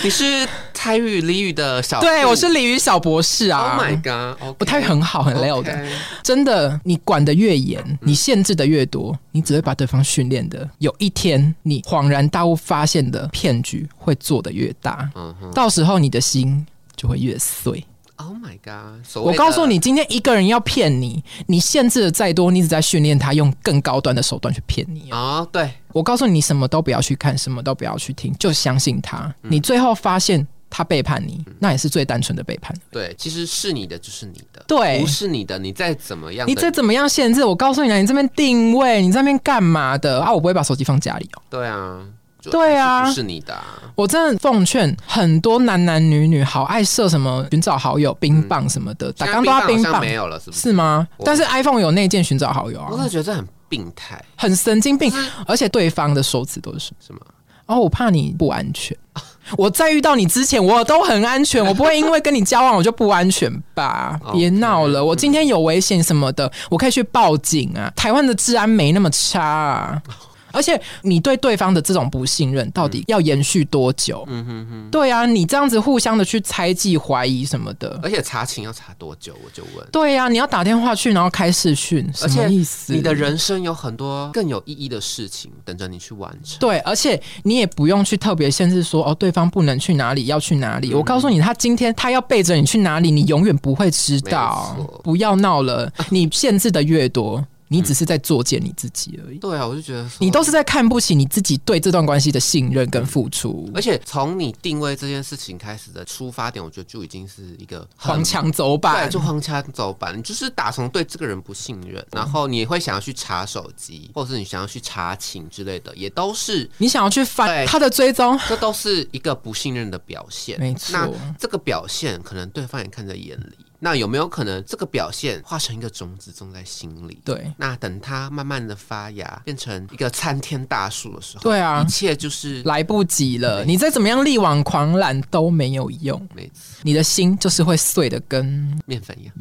Speaker 1: 你是台语俚语的小
Speaker 2: 对
Speaker 1: 弟
Speaker 2: 我是李宇小博士
Speaker 1: 哦 Oh
Speaker 2: 啊。
Speaker 1: my god，
Speaker 2: 我台语很好，很
Speaker 1: o
Speaker 2: low 的。
Speaker 1: k
Speaker 2: 真的，你管的越严，
Speaker 1: 嗯
Speaker 2: 你限制的越多，你只会把对方训练的，有一天你恍然大悟发现的骗局会做的越大，
Speaker 1: 嗯哼
Speaker 2: 到时候你的心就会越碎。
Speaker 1: ，Oh my god，所谓
Speaker 2: 我
Speaker 1: 的
Speaker 2: 告诉你，今天一个人要骗你，你限制的再多，你只在训练他用更高端的手段去骗你。
Speaker 1: 哦，对，
Speaker 2: 我告诉你，你什么都不要去看，什么都不要去听，就相信他。
Speaker 1: 嗯
Speaker 2: 你最后发现他背叛你，那也是最单纯的背叛。
Speaker 1: 对，其实是你的就是你的，
Speaker 2: 对
Speaker 1: 不是你的，你再怎么样的，
Speaker 2: 你再怎么样限制，我告诉你啊，你这边定位，你这边干嘛的啊？我不会把手机放家里哦。
Speaker 1: 对啊，就
Speaker 2: 对啊
Speaker 1: 还是不是你的、啊，
Speaker 2: 我真的奉劝很多男男女女，好爱设什么寻找好友、冰棒什么的，打刚都要
Speaker 1: 嗯现
Speaker 2: 冰
Speaker 1: 在好像
Speaker 2: 棒，
Speaker 1: 没有了，是不是？
Speaker 2: 是吗？但是 iPhone 有内建寻找好友
Speaker 1: 我
Speaker 2: 啊
Speaker 1: 真，的觉得这很病态，
Speaker 2: 很神经病，而且对方的手指都是
Speaker 1: 什么？
Speaker 2: 哦，我怕你不安全。 我在遇到你之前，我都很安全，我不会因为跟你交往我就不安全 吧
Speaker 1: OK？嗯
Speaker 2: 别闹了，我今天有危险什么的，我可以去报警啊。台湾的治安没那么 差、啊，而且你对对方的这种不信任，到底要延续多久？
Speaker 1: 嗯哼哼。
Speaker 2: 对啊，你这样子互相的去猜忌、怀疑什么的，
Speaker 1: 而且查情要查多久？我就问。
Speaker 2: 对啊，你要打电话去，然后开视讯，
Speaker 1: 而
Speaker 2: 什
Speaker 1: 且
Speaker 2: 么意思？
Speaker 1: 你的人生有很多更有意义的事情等着你去完成。
Speaker 2: 对，而且你也不用去特别限制说哦，对方不能去哪里，要去哪
Speaker 1: 嗯
Speaker 2: 里。我告诉你，他今天他要背着你去哪里，你永远不会知道
Speaker 1: 没错。
Speaker 2: 不要 闹了，你限制的越多，你只是在作践你自己而已。
Speaker 1: 对啊，我就觉得说
Speaker 2: 你都是在看不起你自己对这段关系的信任跟付出，
Speaker 1: 而且从你定位这件事情开始的出发点，我觉得就已经是一个很
Speaker 2: 黄墙走
Speaker 1: 对，
Speaker 2: 板
Speaker 1: 就。荒腔走板。你就是打从对这个人不信任，然后你会想要去查手机，或者是你想要去查寝之类的，也都是
Speaker 2: 你想要去
Speaker 1: 对
Speaker 2: 翻他的追踪，
Speaker 1: 这都是一个不信任的表现。
Speaker 2: 没错
Speaker 1: 那这个表现可能对方也看在眼里。那有没有可能这个表现化成一个种子种在心里？
Speaker 2: 对
Speaker 1: 那等它慢慢的发芽，变成一个参天大树的时候，
Speaker 2: 对啊
Speaker 1: 一切就是
Speaker 2: 来不及了。你再怎么样力挽狂澜都没有用，
Speaker 1: 每次
Speaker 2: 你的心就是会碎的，跟
Speaker 1: 面粉一样。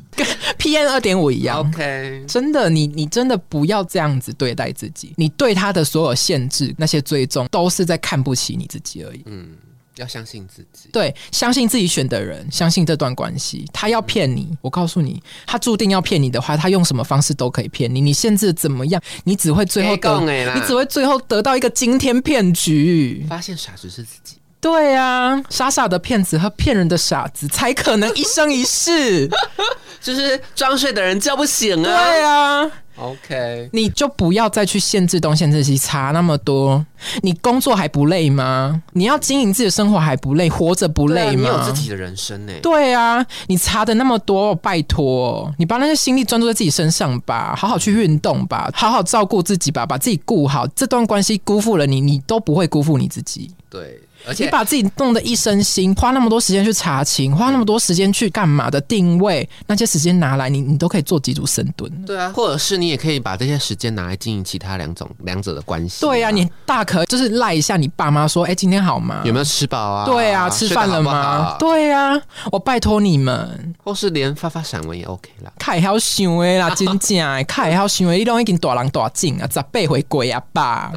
Speaker 2: PM 二点五一样。
Speaker 1: OK，
Speaker 2: 真的，你你真的不要这样子对待自己，你对他的所有限制、那些追踪，都是在看不起你自己而已。
Speaker 1: 嗯，要相信自己。
Speaker 2: 对，相信自己选的人，相信这段关系。他要骗你，我告诉你，他注定要骗你的话，他用什么方式都可以骗你。你限制怎么样，你只会最后
Speaker 1: 讲
Speaker 2: 得，
Speaker 1: 的啦
Speaker 2: 你只会最后得到一个惊天骗局。
Speaker 1: 发现傻子是自己。
Speaker 2: 对啊，傻傻的骗子和骗人的傻子才可能一生一 世。
Speaker 1: 就是装睡的人叫不醒啊。
Speaker 2: 对啊。
Speaker 1: OK，
Speaker 2: 你就不要再去限制东限制西，查那么多。你工作还不累吗？你要经营自己的生活还不累，活着不
Speaker 1: 不
Speaker 2: 累
Speaker 1: 啊你有
Speaker 2: 吗？
Speaker 1: 自己的人生欸呢、
Speaker 2: 对啊，你查的那么多，拜托，你把那些心力专注在自己身上吧，好好去运动吧，好好照顾自己吧，把自己顾好。这段关系辜负了你，你都不会辜负你自己。
Speaker 1: 对，而
Speaker 2: 你
Speaker 1: 且
Speaker 2: 把自己弄得一身心，花那么多时间去查情，花那么多时间去干嘛的定位，那些时间拿来，你你都可以做几组深蹲。
Speaker 1: 对啊，或者是你也可以把这些时间拿来经营其他两种两者的关系、啊
Speaker 2: 对呀、你大可就是赖一下你爸妈说，哎、今天好吗？
Speaker 1: 有没有吃饱啊？
Speaker 2: 对啊，吃饭了
Speaker 1: 睡得好不
Speaker 2: 吗？
Speaker 1: 好，
Speaker 2: 对啊，我拜托你们，
Speaker 1: 或是连发发散文也 OK 啦。
Speaker 2: 太好想 的啦，真正的太好想的，你都已经大人大进啊，十八回归啊 吧。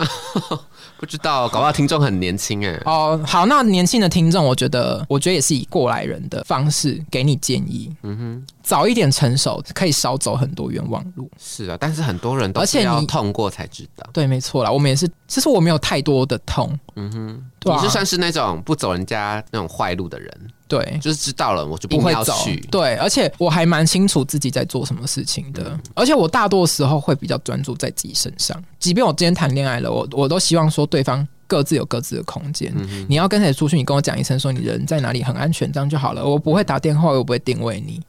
Speaker 1: 不知道，搞不好听众很年轻哎、
Speaker 2: 哦，好，那年轻的听众，我觉得，我觉得也是以过来人的方式给你建议，
Speaker 1: 嗯哼，
Speaker 2: 早一点成熟，可以少走很多冤枉路。
Speaker 1: 是啊，但是很多人都
Speaker 2: 而
Speaker 1: 是
Speaker 2: 且
Speaker 1: 要
Speaker 2: 你
Speaker 1: 痛过才知道。
Speaker 2: 对，没错啦，我们也是，其实我没有太多的痛，
Speaker 1: 嗯哼，
Speaker 2: 对啊
Speaker 1: 你是算是那种不走人家那种坏路的人，
Speaker 2: 对，
Speaker 1: 就是知道了我就
Speaker 2: 不
Speaker 1: 硬
Speaker 2: 嗯会
Speaker 1: 要
Speaker 2: 走
Speaker 1: 去。。
Speaker 2: 对，而且我还蛮清楚自己在做什么事情
Speaker 1: 嗯
Speaker 2: 的，而且我大多时候会比较专注在自己身上。即便我今天谈恋爱了，我我都希望说对方。各自有各自的空间。
Speaker 1: 嗯
Speaker 2: 你要跟谁出去，你跟我讲一声，说你人在哪里，很安全，这样就好了。我不会打电话，我也不会定位你。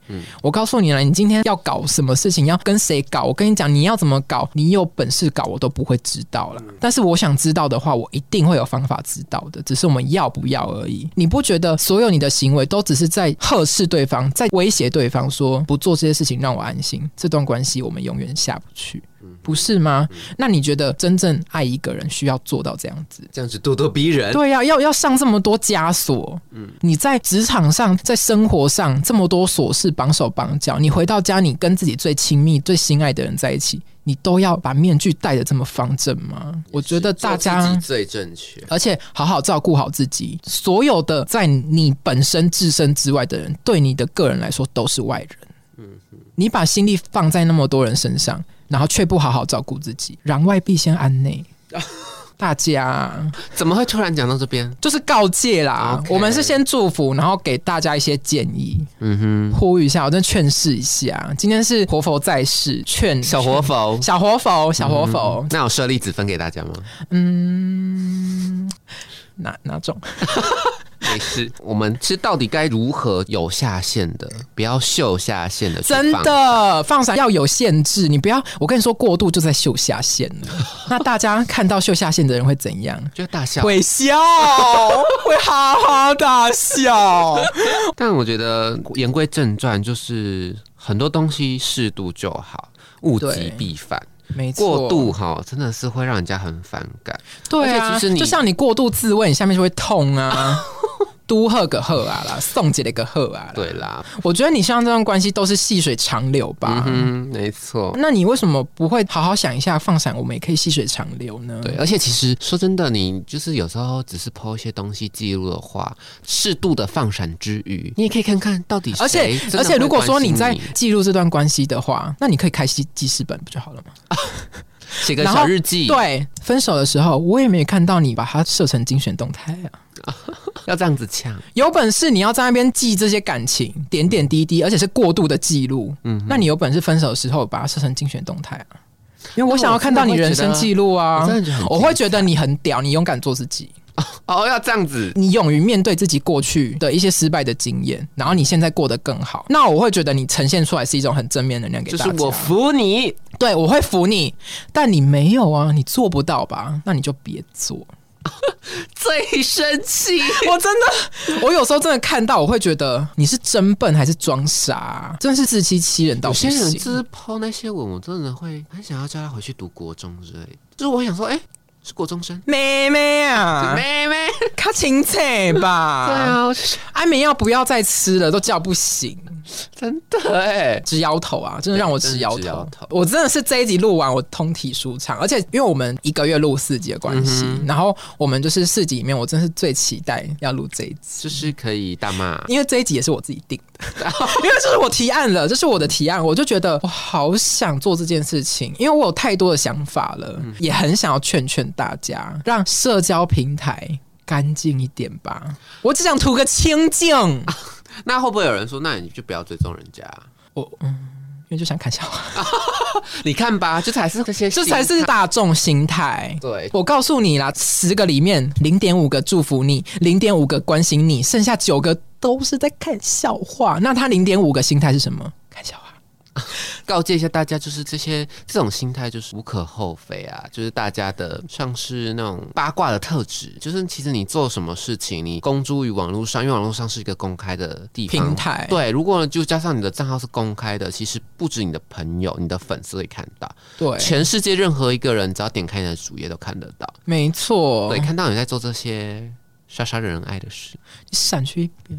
Speaker 2: 我告诉你了，你今天要搞什么事情，要跟谁搞，我跟你讲，你要怎么搞，你有本事搞，我都不会知道了。但是我想知道的话，我一定会有方法知道的，只是我们要不要而已。你不觉得所有你的行为都只是在呵斥对方，在威胁对方说不做这些事情让我安心，这段关系我们永远下不去。不是吗？那你觉得真正爱一个人需要做到这样子？
Speaker 1: 这样子咄咄逼人，
Speaker 2: 对呀、要要上这么多枷锁，嗯，你在职场上，在生活上这么多琐事绑手绑脚，你回到家，你跟自己最亲密、最心爱的人在一起，你都要把面具戴的这么方正吗？我觉得
Speaker 1: 做
Speaker 2: 大
Speaker 1: 自己
Speaker 2: 家。
Speaker 1: 最正确。
Speaker 2: 而且好好照顾好自己，所有的在你本身自身之外的人，对你的个人来说都是外人。
Speaker 1: 嗯
Speaker 2: 你把心力放在那么多人身上，然后却不好好照顾自己，攘外必先安 内。大家，啊
Speaker 1: 怎么会突然讲到这 边？
Speaker 2: 就是告诫啦。
Speaker 1: OK
Speaker 2: 我们是先祝福，然后给大家一些建议，
Speaker 1: 嗯哼，
Speaker 2: 呼吁一下，我真的劝世一下。今天是活佛在世，劝
Speaker 1: 小活佛。
Speaker 2: 小活佛，小活佛，
Speaker 1: 那有设立子分给大家 吗？
Speaker 2: 嗯哪哪种？
Speaker 1: 没事，我们其实到底该如何有下限的，不要秀下限的，
Speaker 2: 真，的放闪要有限制，你不要。我跟你说，过度就在秀下限 了。那大家看到秀下限的人会怎样？
Speaker 1: 就大笑。
Speaker 2: 会笑，会哈哈大笑。
Speaker 1: 但我觉得言归正传，就是很多东西适度就好，物极
Speaker 2: 对
Speaker 1: 必反。
Speaker 2: 没错，
Speaker 1: 过度哈，真的是会让人家很反感。而
Speaker 2: 对
Speaker 1: 且
Speaker 2: 啊，
Speaker 1: 其实你
Speaker 2: 就像你过度自慰，你下面就会 痛啊。都喝个喝啊啦，送姐的个喝啊啦。
Speaker 1: 对，啦，
Speaker 2: 我觉得你像这段关系都是细水长流吧。
Speaker 1: 嗯，没错。
Speaker 2: 那你为什么不会好好想一下放闪？我们也可以细水长流呢？
Speaker 1: 对，，而且其实说真的，你就是有时候只是抛一些东西记录的话，适度的放闪之余，你也可以看看到底谁
Speaker 2: 而且
Speaker 1: 真的
Speaker 2: 而且，
Speaker 1: 会
Speaker 2: 如果说
Speaker 1: 关
Speaker 2: 你
Speaker 1: 心你
Speaker 2: 在记录这段关系的话，那你可以开记记事本不就好了吗？
Speaker 1: 写个
Speaker 2: 然
Speaker 1: 小
Speaker 2: 后
Speaker 1: 日记，，
Speaker 2: 对，分手的时候我也没有看到你把它设成精选动态啊。
Speaker 1: 要这样子呛，
Speaker 2: 有本事你要在那边记这些感情点点滴滴，而且是过度的记录。嗯，那你有本事分手的时候把它设成精选动态啊，因为我想要看到你人生记录啊
Speaker 1: 我真的会觉得我真的觉得很精。彩
Speaker 2: 我会觉得你很屌，你勇敢做自己，
Speaker 1: 哦，要这样 子，
Speaker 2: 你勇于面对自己过去的一些失败的经验，然后你现在过得更好。那我会觉得你呈现出来是一种很正面能量给
Speaker 1: 就
Speaker 2: 大
Speaker 1: 是
Speaker 2: 家。
Speaker 1: 我服你。
Speaker 2: 对，我会服你，但你没有啊，你做不到吧？那你就别做。
Speaker 1: 最生 气，
Speaker 2: 我真的，我有时候真的看到，我会觉得你是真笨还是装傻啊、真是自欺欺人到
Speaker 1: 有
Speaker 2: 不
Speaker 1: 些
Speaker 2: 行。
Speaker 1: 人就是抛那些文，我真的会很想要叫他回去读国中之类的。就是我想说，哎、是国中生，
Speaker 2: 妹妹啊，
Speaker 1: 妹妹，
Speaker 2: 她清脆吧？
Speaker 1: 对，啊，我就想
Speaker 2: 安眠药不要再吃了，都叫不醒，
Speaker 1: 真的哎、
Speaker 2: 直摇头啊，真的让我直摇
Speaker 1: 对真的直摇
Speaker 2: 头
Speaker 1: 头。
Speaker 2: 我真的是这一集录完，我通体舒畅，而且因为我们一个月录四集的关系，
Speaker 1: 嗯
Speaker 2: 然后我们就是四集里面，我真是最期待要录这一集。
Speaker 1: 就是可以大骂，
Speaker 2: 因为这一集也是我自己定的， 因为这是我提案了，这是我的提案，我就觉得我好想做这件事情，因为我有太多的想法了，也很想要劝劝大家，让社交平台。干净一点吧，我只想图个清净，
Speaker 1: 那会不会有人说，那你就不要追踪人家？
Speaker 2: 因为就想看笑 话，
Speaker 1: 你看吧，这才是这些，
Speaker 2: 这才是大众心态。
Speaker 1: 对。
Speaker 2: 我告诉你啦，十个里面零点五个祝福你，零点五个关心你，剩下九个都是在看笑话。那他零点五个心态是什么？看笑话。
Speaker 1: 告诫一下大家，就是这些这种心态就是无可厚非啊，就是大家的像是那种八卦的特质，就是其实你做什么事情，你公诸于网络上，因为网络上是一个公开的地方
Speaker 2: 平台
Speaker 1: 对，如果就加上你的账号是公开的，其实不止你的朋友、你的粉丝会看到，
Speaker 2: 对，
Speaker 1: 全世界任何一个人只要点开你的主页都看得到，
Speaker 2: 没错
Speaker 1: 对，，
Speaker 2: 哦
Speaker 1: 看到你在做这些杀杀惹人爱的事，
Speaker 2: 闪去一边。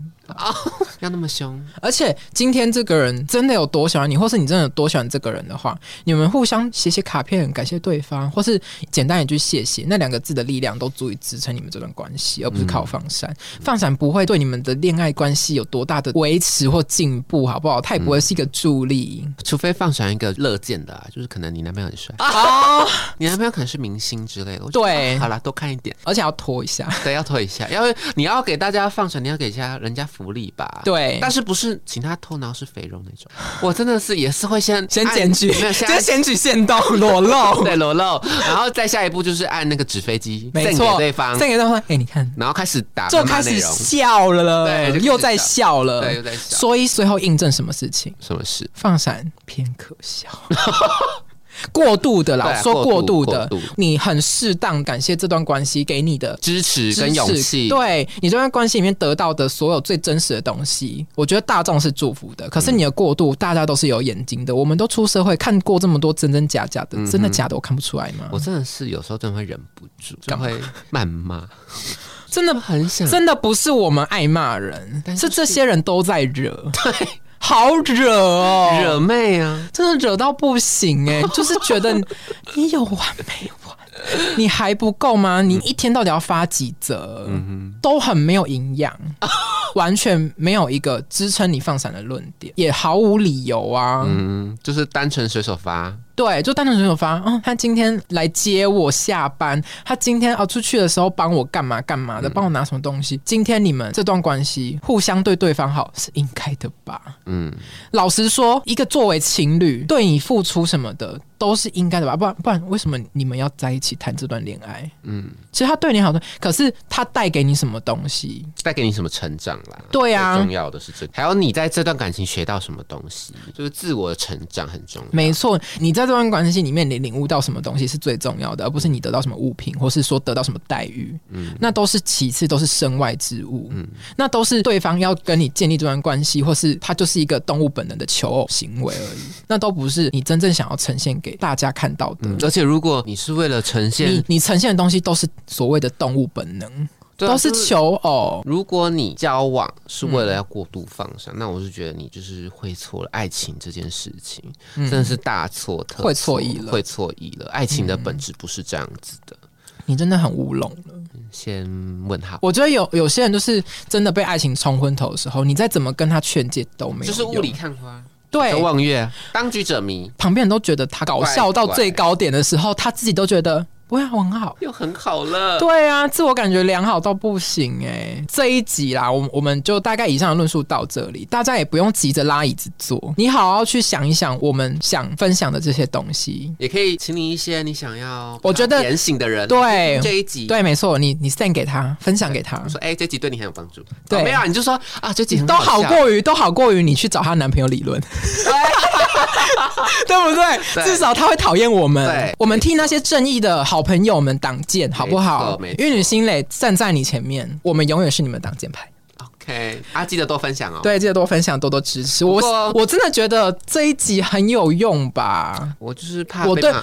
Speaker 1: 要那么凶，
Speaker 2: 而且今天这个人真的有多喜欢你，或是你真的有多喜欢这个人的话，你们互相写写卡片，感谢对方，或是简单一句谢谢，那两个字的力量都足以支撑你们这段关
Speaker 1: 嗯
Speaker 2: 系，而不是靠放闪。放闪不会对你们的恋爱关系有多大的维持或进步，好不好？它也不会是一个助力。
Speaker 1: 除非放闪一个乐见的、啊，就是可能你男朋友很帅，
Speaker 2: 哦，
Speaker 1: 你男朋友可能是明星之类的。我就
Speaker 2: 对
Speaker 1: 啊好啦，多看一点，
Speaker 2: 而且要拖一下，
Speaker 1: 对，要推一下，要你要给大家放闪，你要给一下人家福利吧。。
Speaker 2: 对。
Speaker 1: 但是不是请他偷挠是肥肉那种？我真的是也是会先
Speaker 2: 先
Speaker 1: 按
Speaker 2: 检举，
Speaker 1: 没有先 按
Speaker 2: 先检举限动 裸露，
Speaker 1: 对裸露，然后再下一步就是按那个纸飞机，
Speaker 2: 没
Speaker 1: 赠给
Speaker 2: 错，
Speaker 1: 对方，
Speaker 2: 再给对方，哎，你看
Speaker 1: 然后开始打
Speaker 2: 就
Speaker 1: 谩骂
Speaker 2: 开
Speaker 1: 内
Speaker 2: 始
Speaker 1: 容，
Speaker 2: 笑了，
Speaker 1: 对就开始
Speaker 2: 又在笑了，
Speaker 1: 对又在笑
Speaker 2: 所以最后印证什么事情？
Speaker 1: 什么事？
Speaker 2: 放闪偏可笑。过度的啦，
Speaker 1: 对啊
Speaker 2: 说过度
Speaker 1: 过
Speaker 2: 的，
Speaker 1: 度过度
Speaker 2: 你很适当感谢这段关系给你的
Speaker 1: 支持跟
Speaker 2: 支持
Speaker 1: 勇气，
Speaker 2: 对你这段关系里面得到的所有最真实的东西，我觉得大众是祝福的。
Speaker 1: 嗯
Speaker 2: 可是你的过度，大家都是有眼睛的。我们都出社会看过这么多真真假假的，真的假的我看不出来吗
Speaker 1: 嗯我？真的是有时候真的会忍不住，就
Speaker 2: 干嘛
Speaker 1: 会谩骂，
Speaker 2: 真的
Speaker 1: 很想
Speaker 2: 真的不是我们爱骂人，
Speaker 1: 嗯但是
Speaker 2: 是这些人都在 惹，对，好惹哦，
Speaker 1: 惹妹啊，
Speaker 2: 真的惹到不行哎、就是觉得你你有完没完？你还不够吗？你一天到底要发几则？都很没有营养，完全没有一个支撑你放闪的论点，也毫无理由啊。
Speaker 1: 嗯，就是单纯随手发，
Speaker 2: 对，就单纯随手发，哦，他今天来接我下班，他今天哦出去的时候帮我干嘛干嘛的，帮我拿什么东西。今天你们这段关系互相对对方好是应该的吧？
Speaker 1: 嗯，
Speaker 2: 老实说，一个作为情侣对你付出什么的都是应该的吧？不然不然，为什么你们要在一起谈这段恋爱？嗯，其实他对你好的，可是他带给你什么东西？
Speaker 1: 带给你什么成长啦？
Speaker 2: 对啊
Speaker 1: 嗯最重要的是这个，还有你在这段感情学到什么东西，就是自我的成长很重要。
Speaker 2: 没错，你在这段关系里面，你领悟到什么东西是最重要的，而不是你得到什么物品，或是说得到什么待遇，
Speaker 1: 嗯
Speaker 2: 那都是其次，都是身外之物，那都是对方要跟你建立这段关系，或是他就是一个动物本能的求偶行为而已，那都不是你真正想要呈现给大家看到的。
Speaker 1: 嗯而且如果你是为了呈现
Speaker 2: 你，你呈现的东西都是所谓的动物本能，
Speaker 1: 对啊
Speaker 2: 都是
Speaker 1: 就是
Speaker 2: 求哦偶。
Speaker 1: 如果你交往是为了要过度放
Speaker 2: 嗯
Speaker 1: 闪，那我是觉得你就是会错了爱情这件事情，真的是大错特
Speaker 2: 嗯会错意了嗯
Speaker 1: 会错意了。爱情的本质不是这样子的。
Speaker 2: 你真的很乌龙了。
Speaker 1: 先问好，
Speaker 2: 我觉得有有些人就是真的被爱情冲昏头的时候，你再怎么跟他劝诫都没有用，
Speaker 1: 就是雾里看花，
Speaker 2: 对
Speaker 1: 在。望月，当局者迷，
Speaker 2: 旁边人都觉得他搞笑到
Speaker 1: 怪怪
Speaker 2: 最高点的时候，他自己都觉得不要很好。
Speaker 1: 又很好了。
Speaker 2: 对啊，自我感觉良好到不行哎、这一集啦，我我们就大概以上的论述到这里，大家也不用急着拉椅子坐，你好好去想一想我们想分享的这些东西。
Speaker 1: 也可以请你一些你想要
Speaker 2: 我觉得
Speaker 1: 点醒的人，
Speaker 2: 对
Speaker 1: 这一集，
Speaker 2: 对，没错，你你 send 给他，分享给他，
Speaker 1: 说哎、这集对你很有帮助。
Speaker 2: 对
Speaker 1: 哦没有啊，你就说啊，这集很
Speaker 2: 都好
Speaker 1: 笑，
Speaker 2: 过于都好过于你去找她男朋友理论， 对不对？
Speaker 1: 对
Speaker 2: 至少他会讨厌我们
Speaker 1: 对，
Speaker 2: 我们替那些正义的好朋友们挡箭，好不好？
Speaker 1: 没错没错
Speaker 2: 玉女心蕾站在你前面，我们永远是你们的挡箭牌。
Speaker 1: OK，啊，记得多分享哦。，
Speaker 2: 对，记得多分享，多多支持。
Speaker 1: 不
Speaker 2: 我
Speaker 1: 过
Speaker 2: 我真的觉得这一集很有用吧。
Speaker 1: 我就是怕
Speaker 2: 我
Speaker 1: 被
Speaker 2: 对
Speaker 1: 骂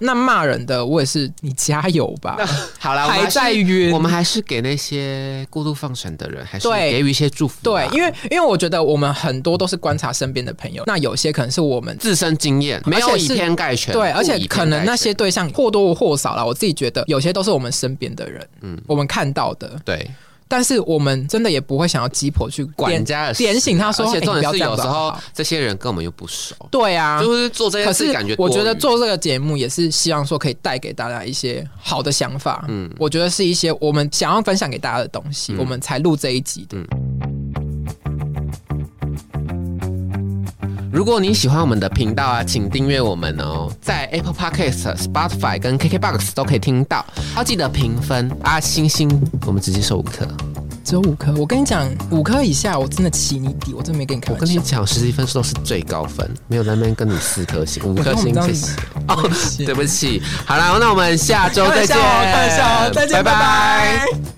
Speaker 2: 那骂人的我也是，你加油吧。
Speaker 1: 好啦，我们
Speaker 2: 还
Speaker 1: 是
Speaker 2: 在晕
Speaker 1: 我们还是给那些过度放闪的人，还是
Speaker 2: 对
Speaker 1: 给予一些祝福吧。
Speaker 2: 对，因为因为我觉得我们很多都是观察身边的朋友，那有些可能是我们
Speaker 1: 自身经验没有
Speaker 2: 而且
Speaker 1: 以
Speaker 2: 是
Speaker 1: 偏概全，
Speaker 2: 对，而
Speaker 1: 不
Speaker 2: 且
Speaker 1: 以偏
Speaker 2: 可能
Speaker 1: 概
Speaker 2: 那
Speaker 1: 全
Speaker 2: 些对象或多或少啦，我自己觉得有些都是我们身边的人，嗯，我们看到的，
Speaker 1: 对
Speaker 2: 但是我们真的也不会想要鸡婆去
Speaker 1: 管人
Speaker 2: 点
Speaker 1: 家的事啊
Speaker 2: 点醒他说，
Speaker 1: 而且
Speaker 2: 哎你
Speaker 1: 重
Speaker 2: 不
Speaker 1: 点
Speaker 2: 要
Speaker 1: 是
Speaker 2: 这样
Speaker 1: 有
Speaker 2: 子
Speaker 1: 时
Speaker 2: 好不
Speaker 1: 候
Speaker 2: 好
Speaker 1: 这些人跟我们又不熟，
Speaker 2: 对啊，
Speaker 1: 就是做这
Speaker 2: 可
Speaker 1: 些
Speaker 2: 是
Speaker 1: 事感觉
Speaker 2: 我觉
Speaker 1: 多
Speaker 2: 得
Speaker 1: 余
Speaker 2: 做这个节目也是希望说可以带给大家一些好的想法，嗯，我觉得是一些我们想要分享给大家的东西，
Speaker 1: 嗯
Speaker 2: 我们才录这一集的。
Speaker 1: 如果你喜欢我们的频道啊，请订阅我们哦，在 Apple Podcast、Spotify 跟 KKBox 都可以听到。要记得评分啊，星星，我们直接收五颗。
Speaker 2: 只有五颗，我跟你讲，五颗以下我真的起你底，我真的没跟你开
Speaker 1: 我
Speaker 2: 玩
Speaker 1: 跟你
Speaker 2: 笑。
Speaker 1: 讲，实际分数都是最高分，没有在那边跟你四颗星、五颗星，谢谢。
Speaker 2: 哦，
Speaker 1: 对不起，好啦，那我们下周
Speaker 2: 开
Speaker 1: 再
Speaker 2: 玩
Speaker 1: 见
Speaker 2: 笑哦，开玩笑哦，再见，
Speaker 1: 拜
Speaker 2: 拜拜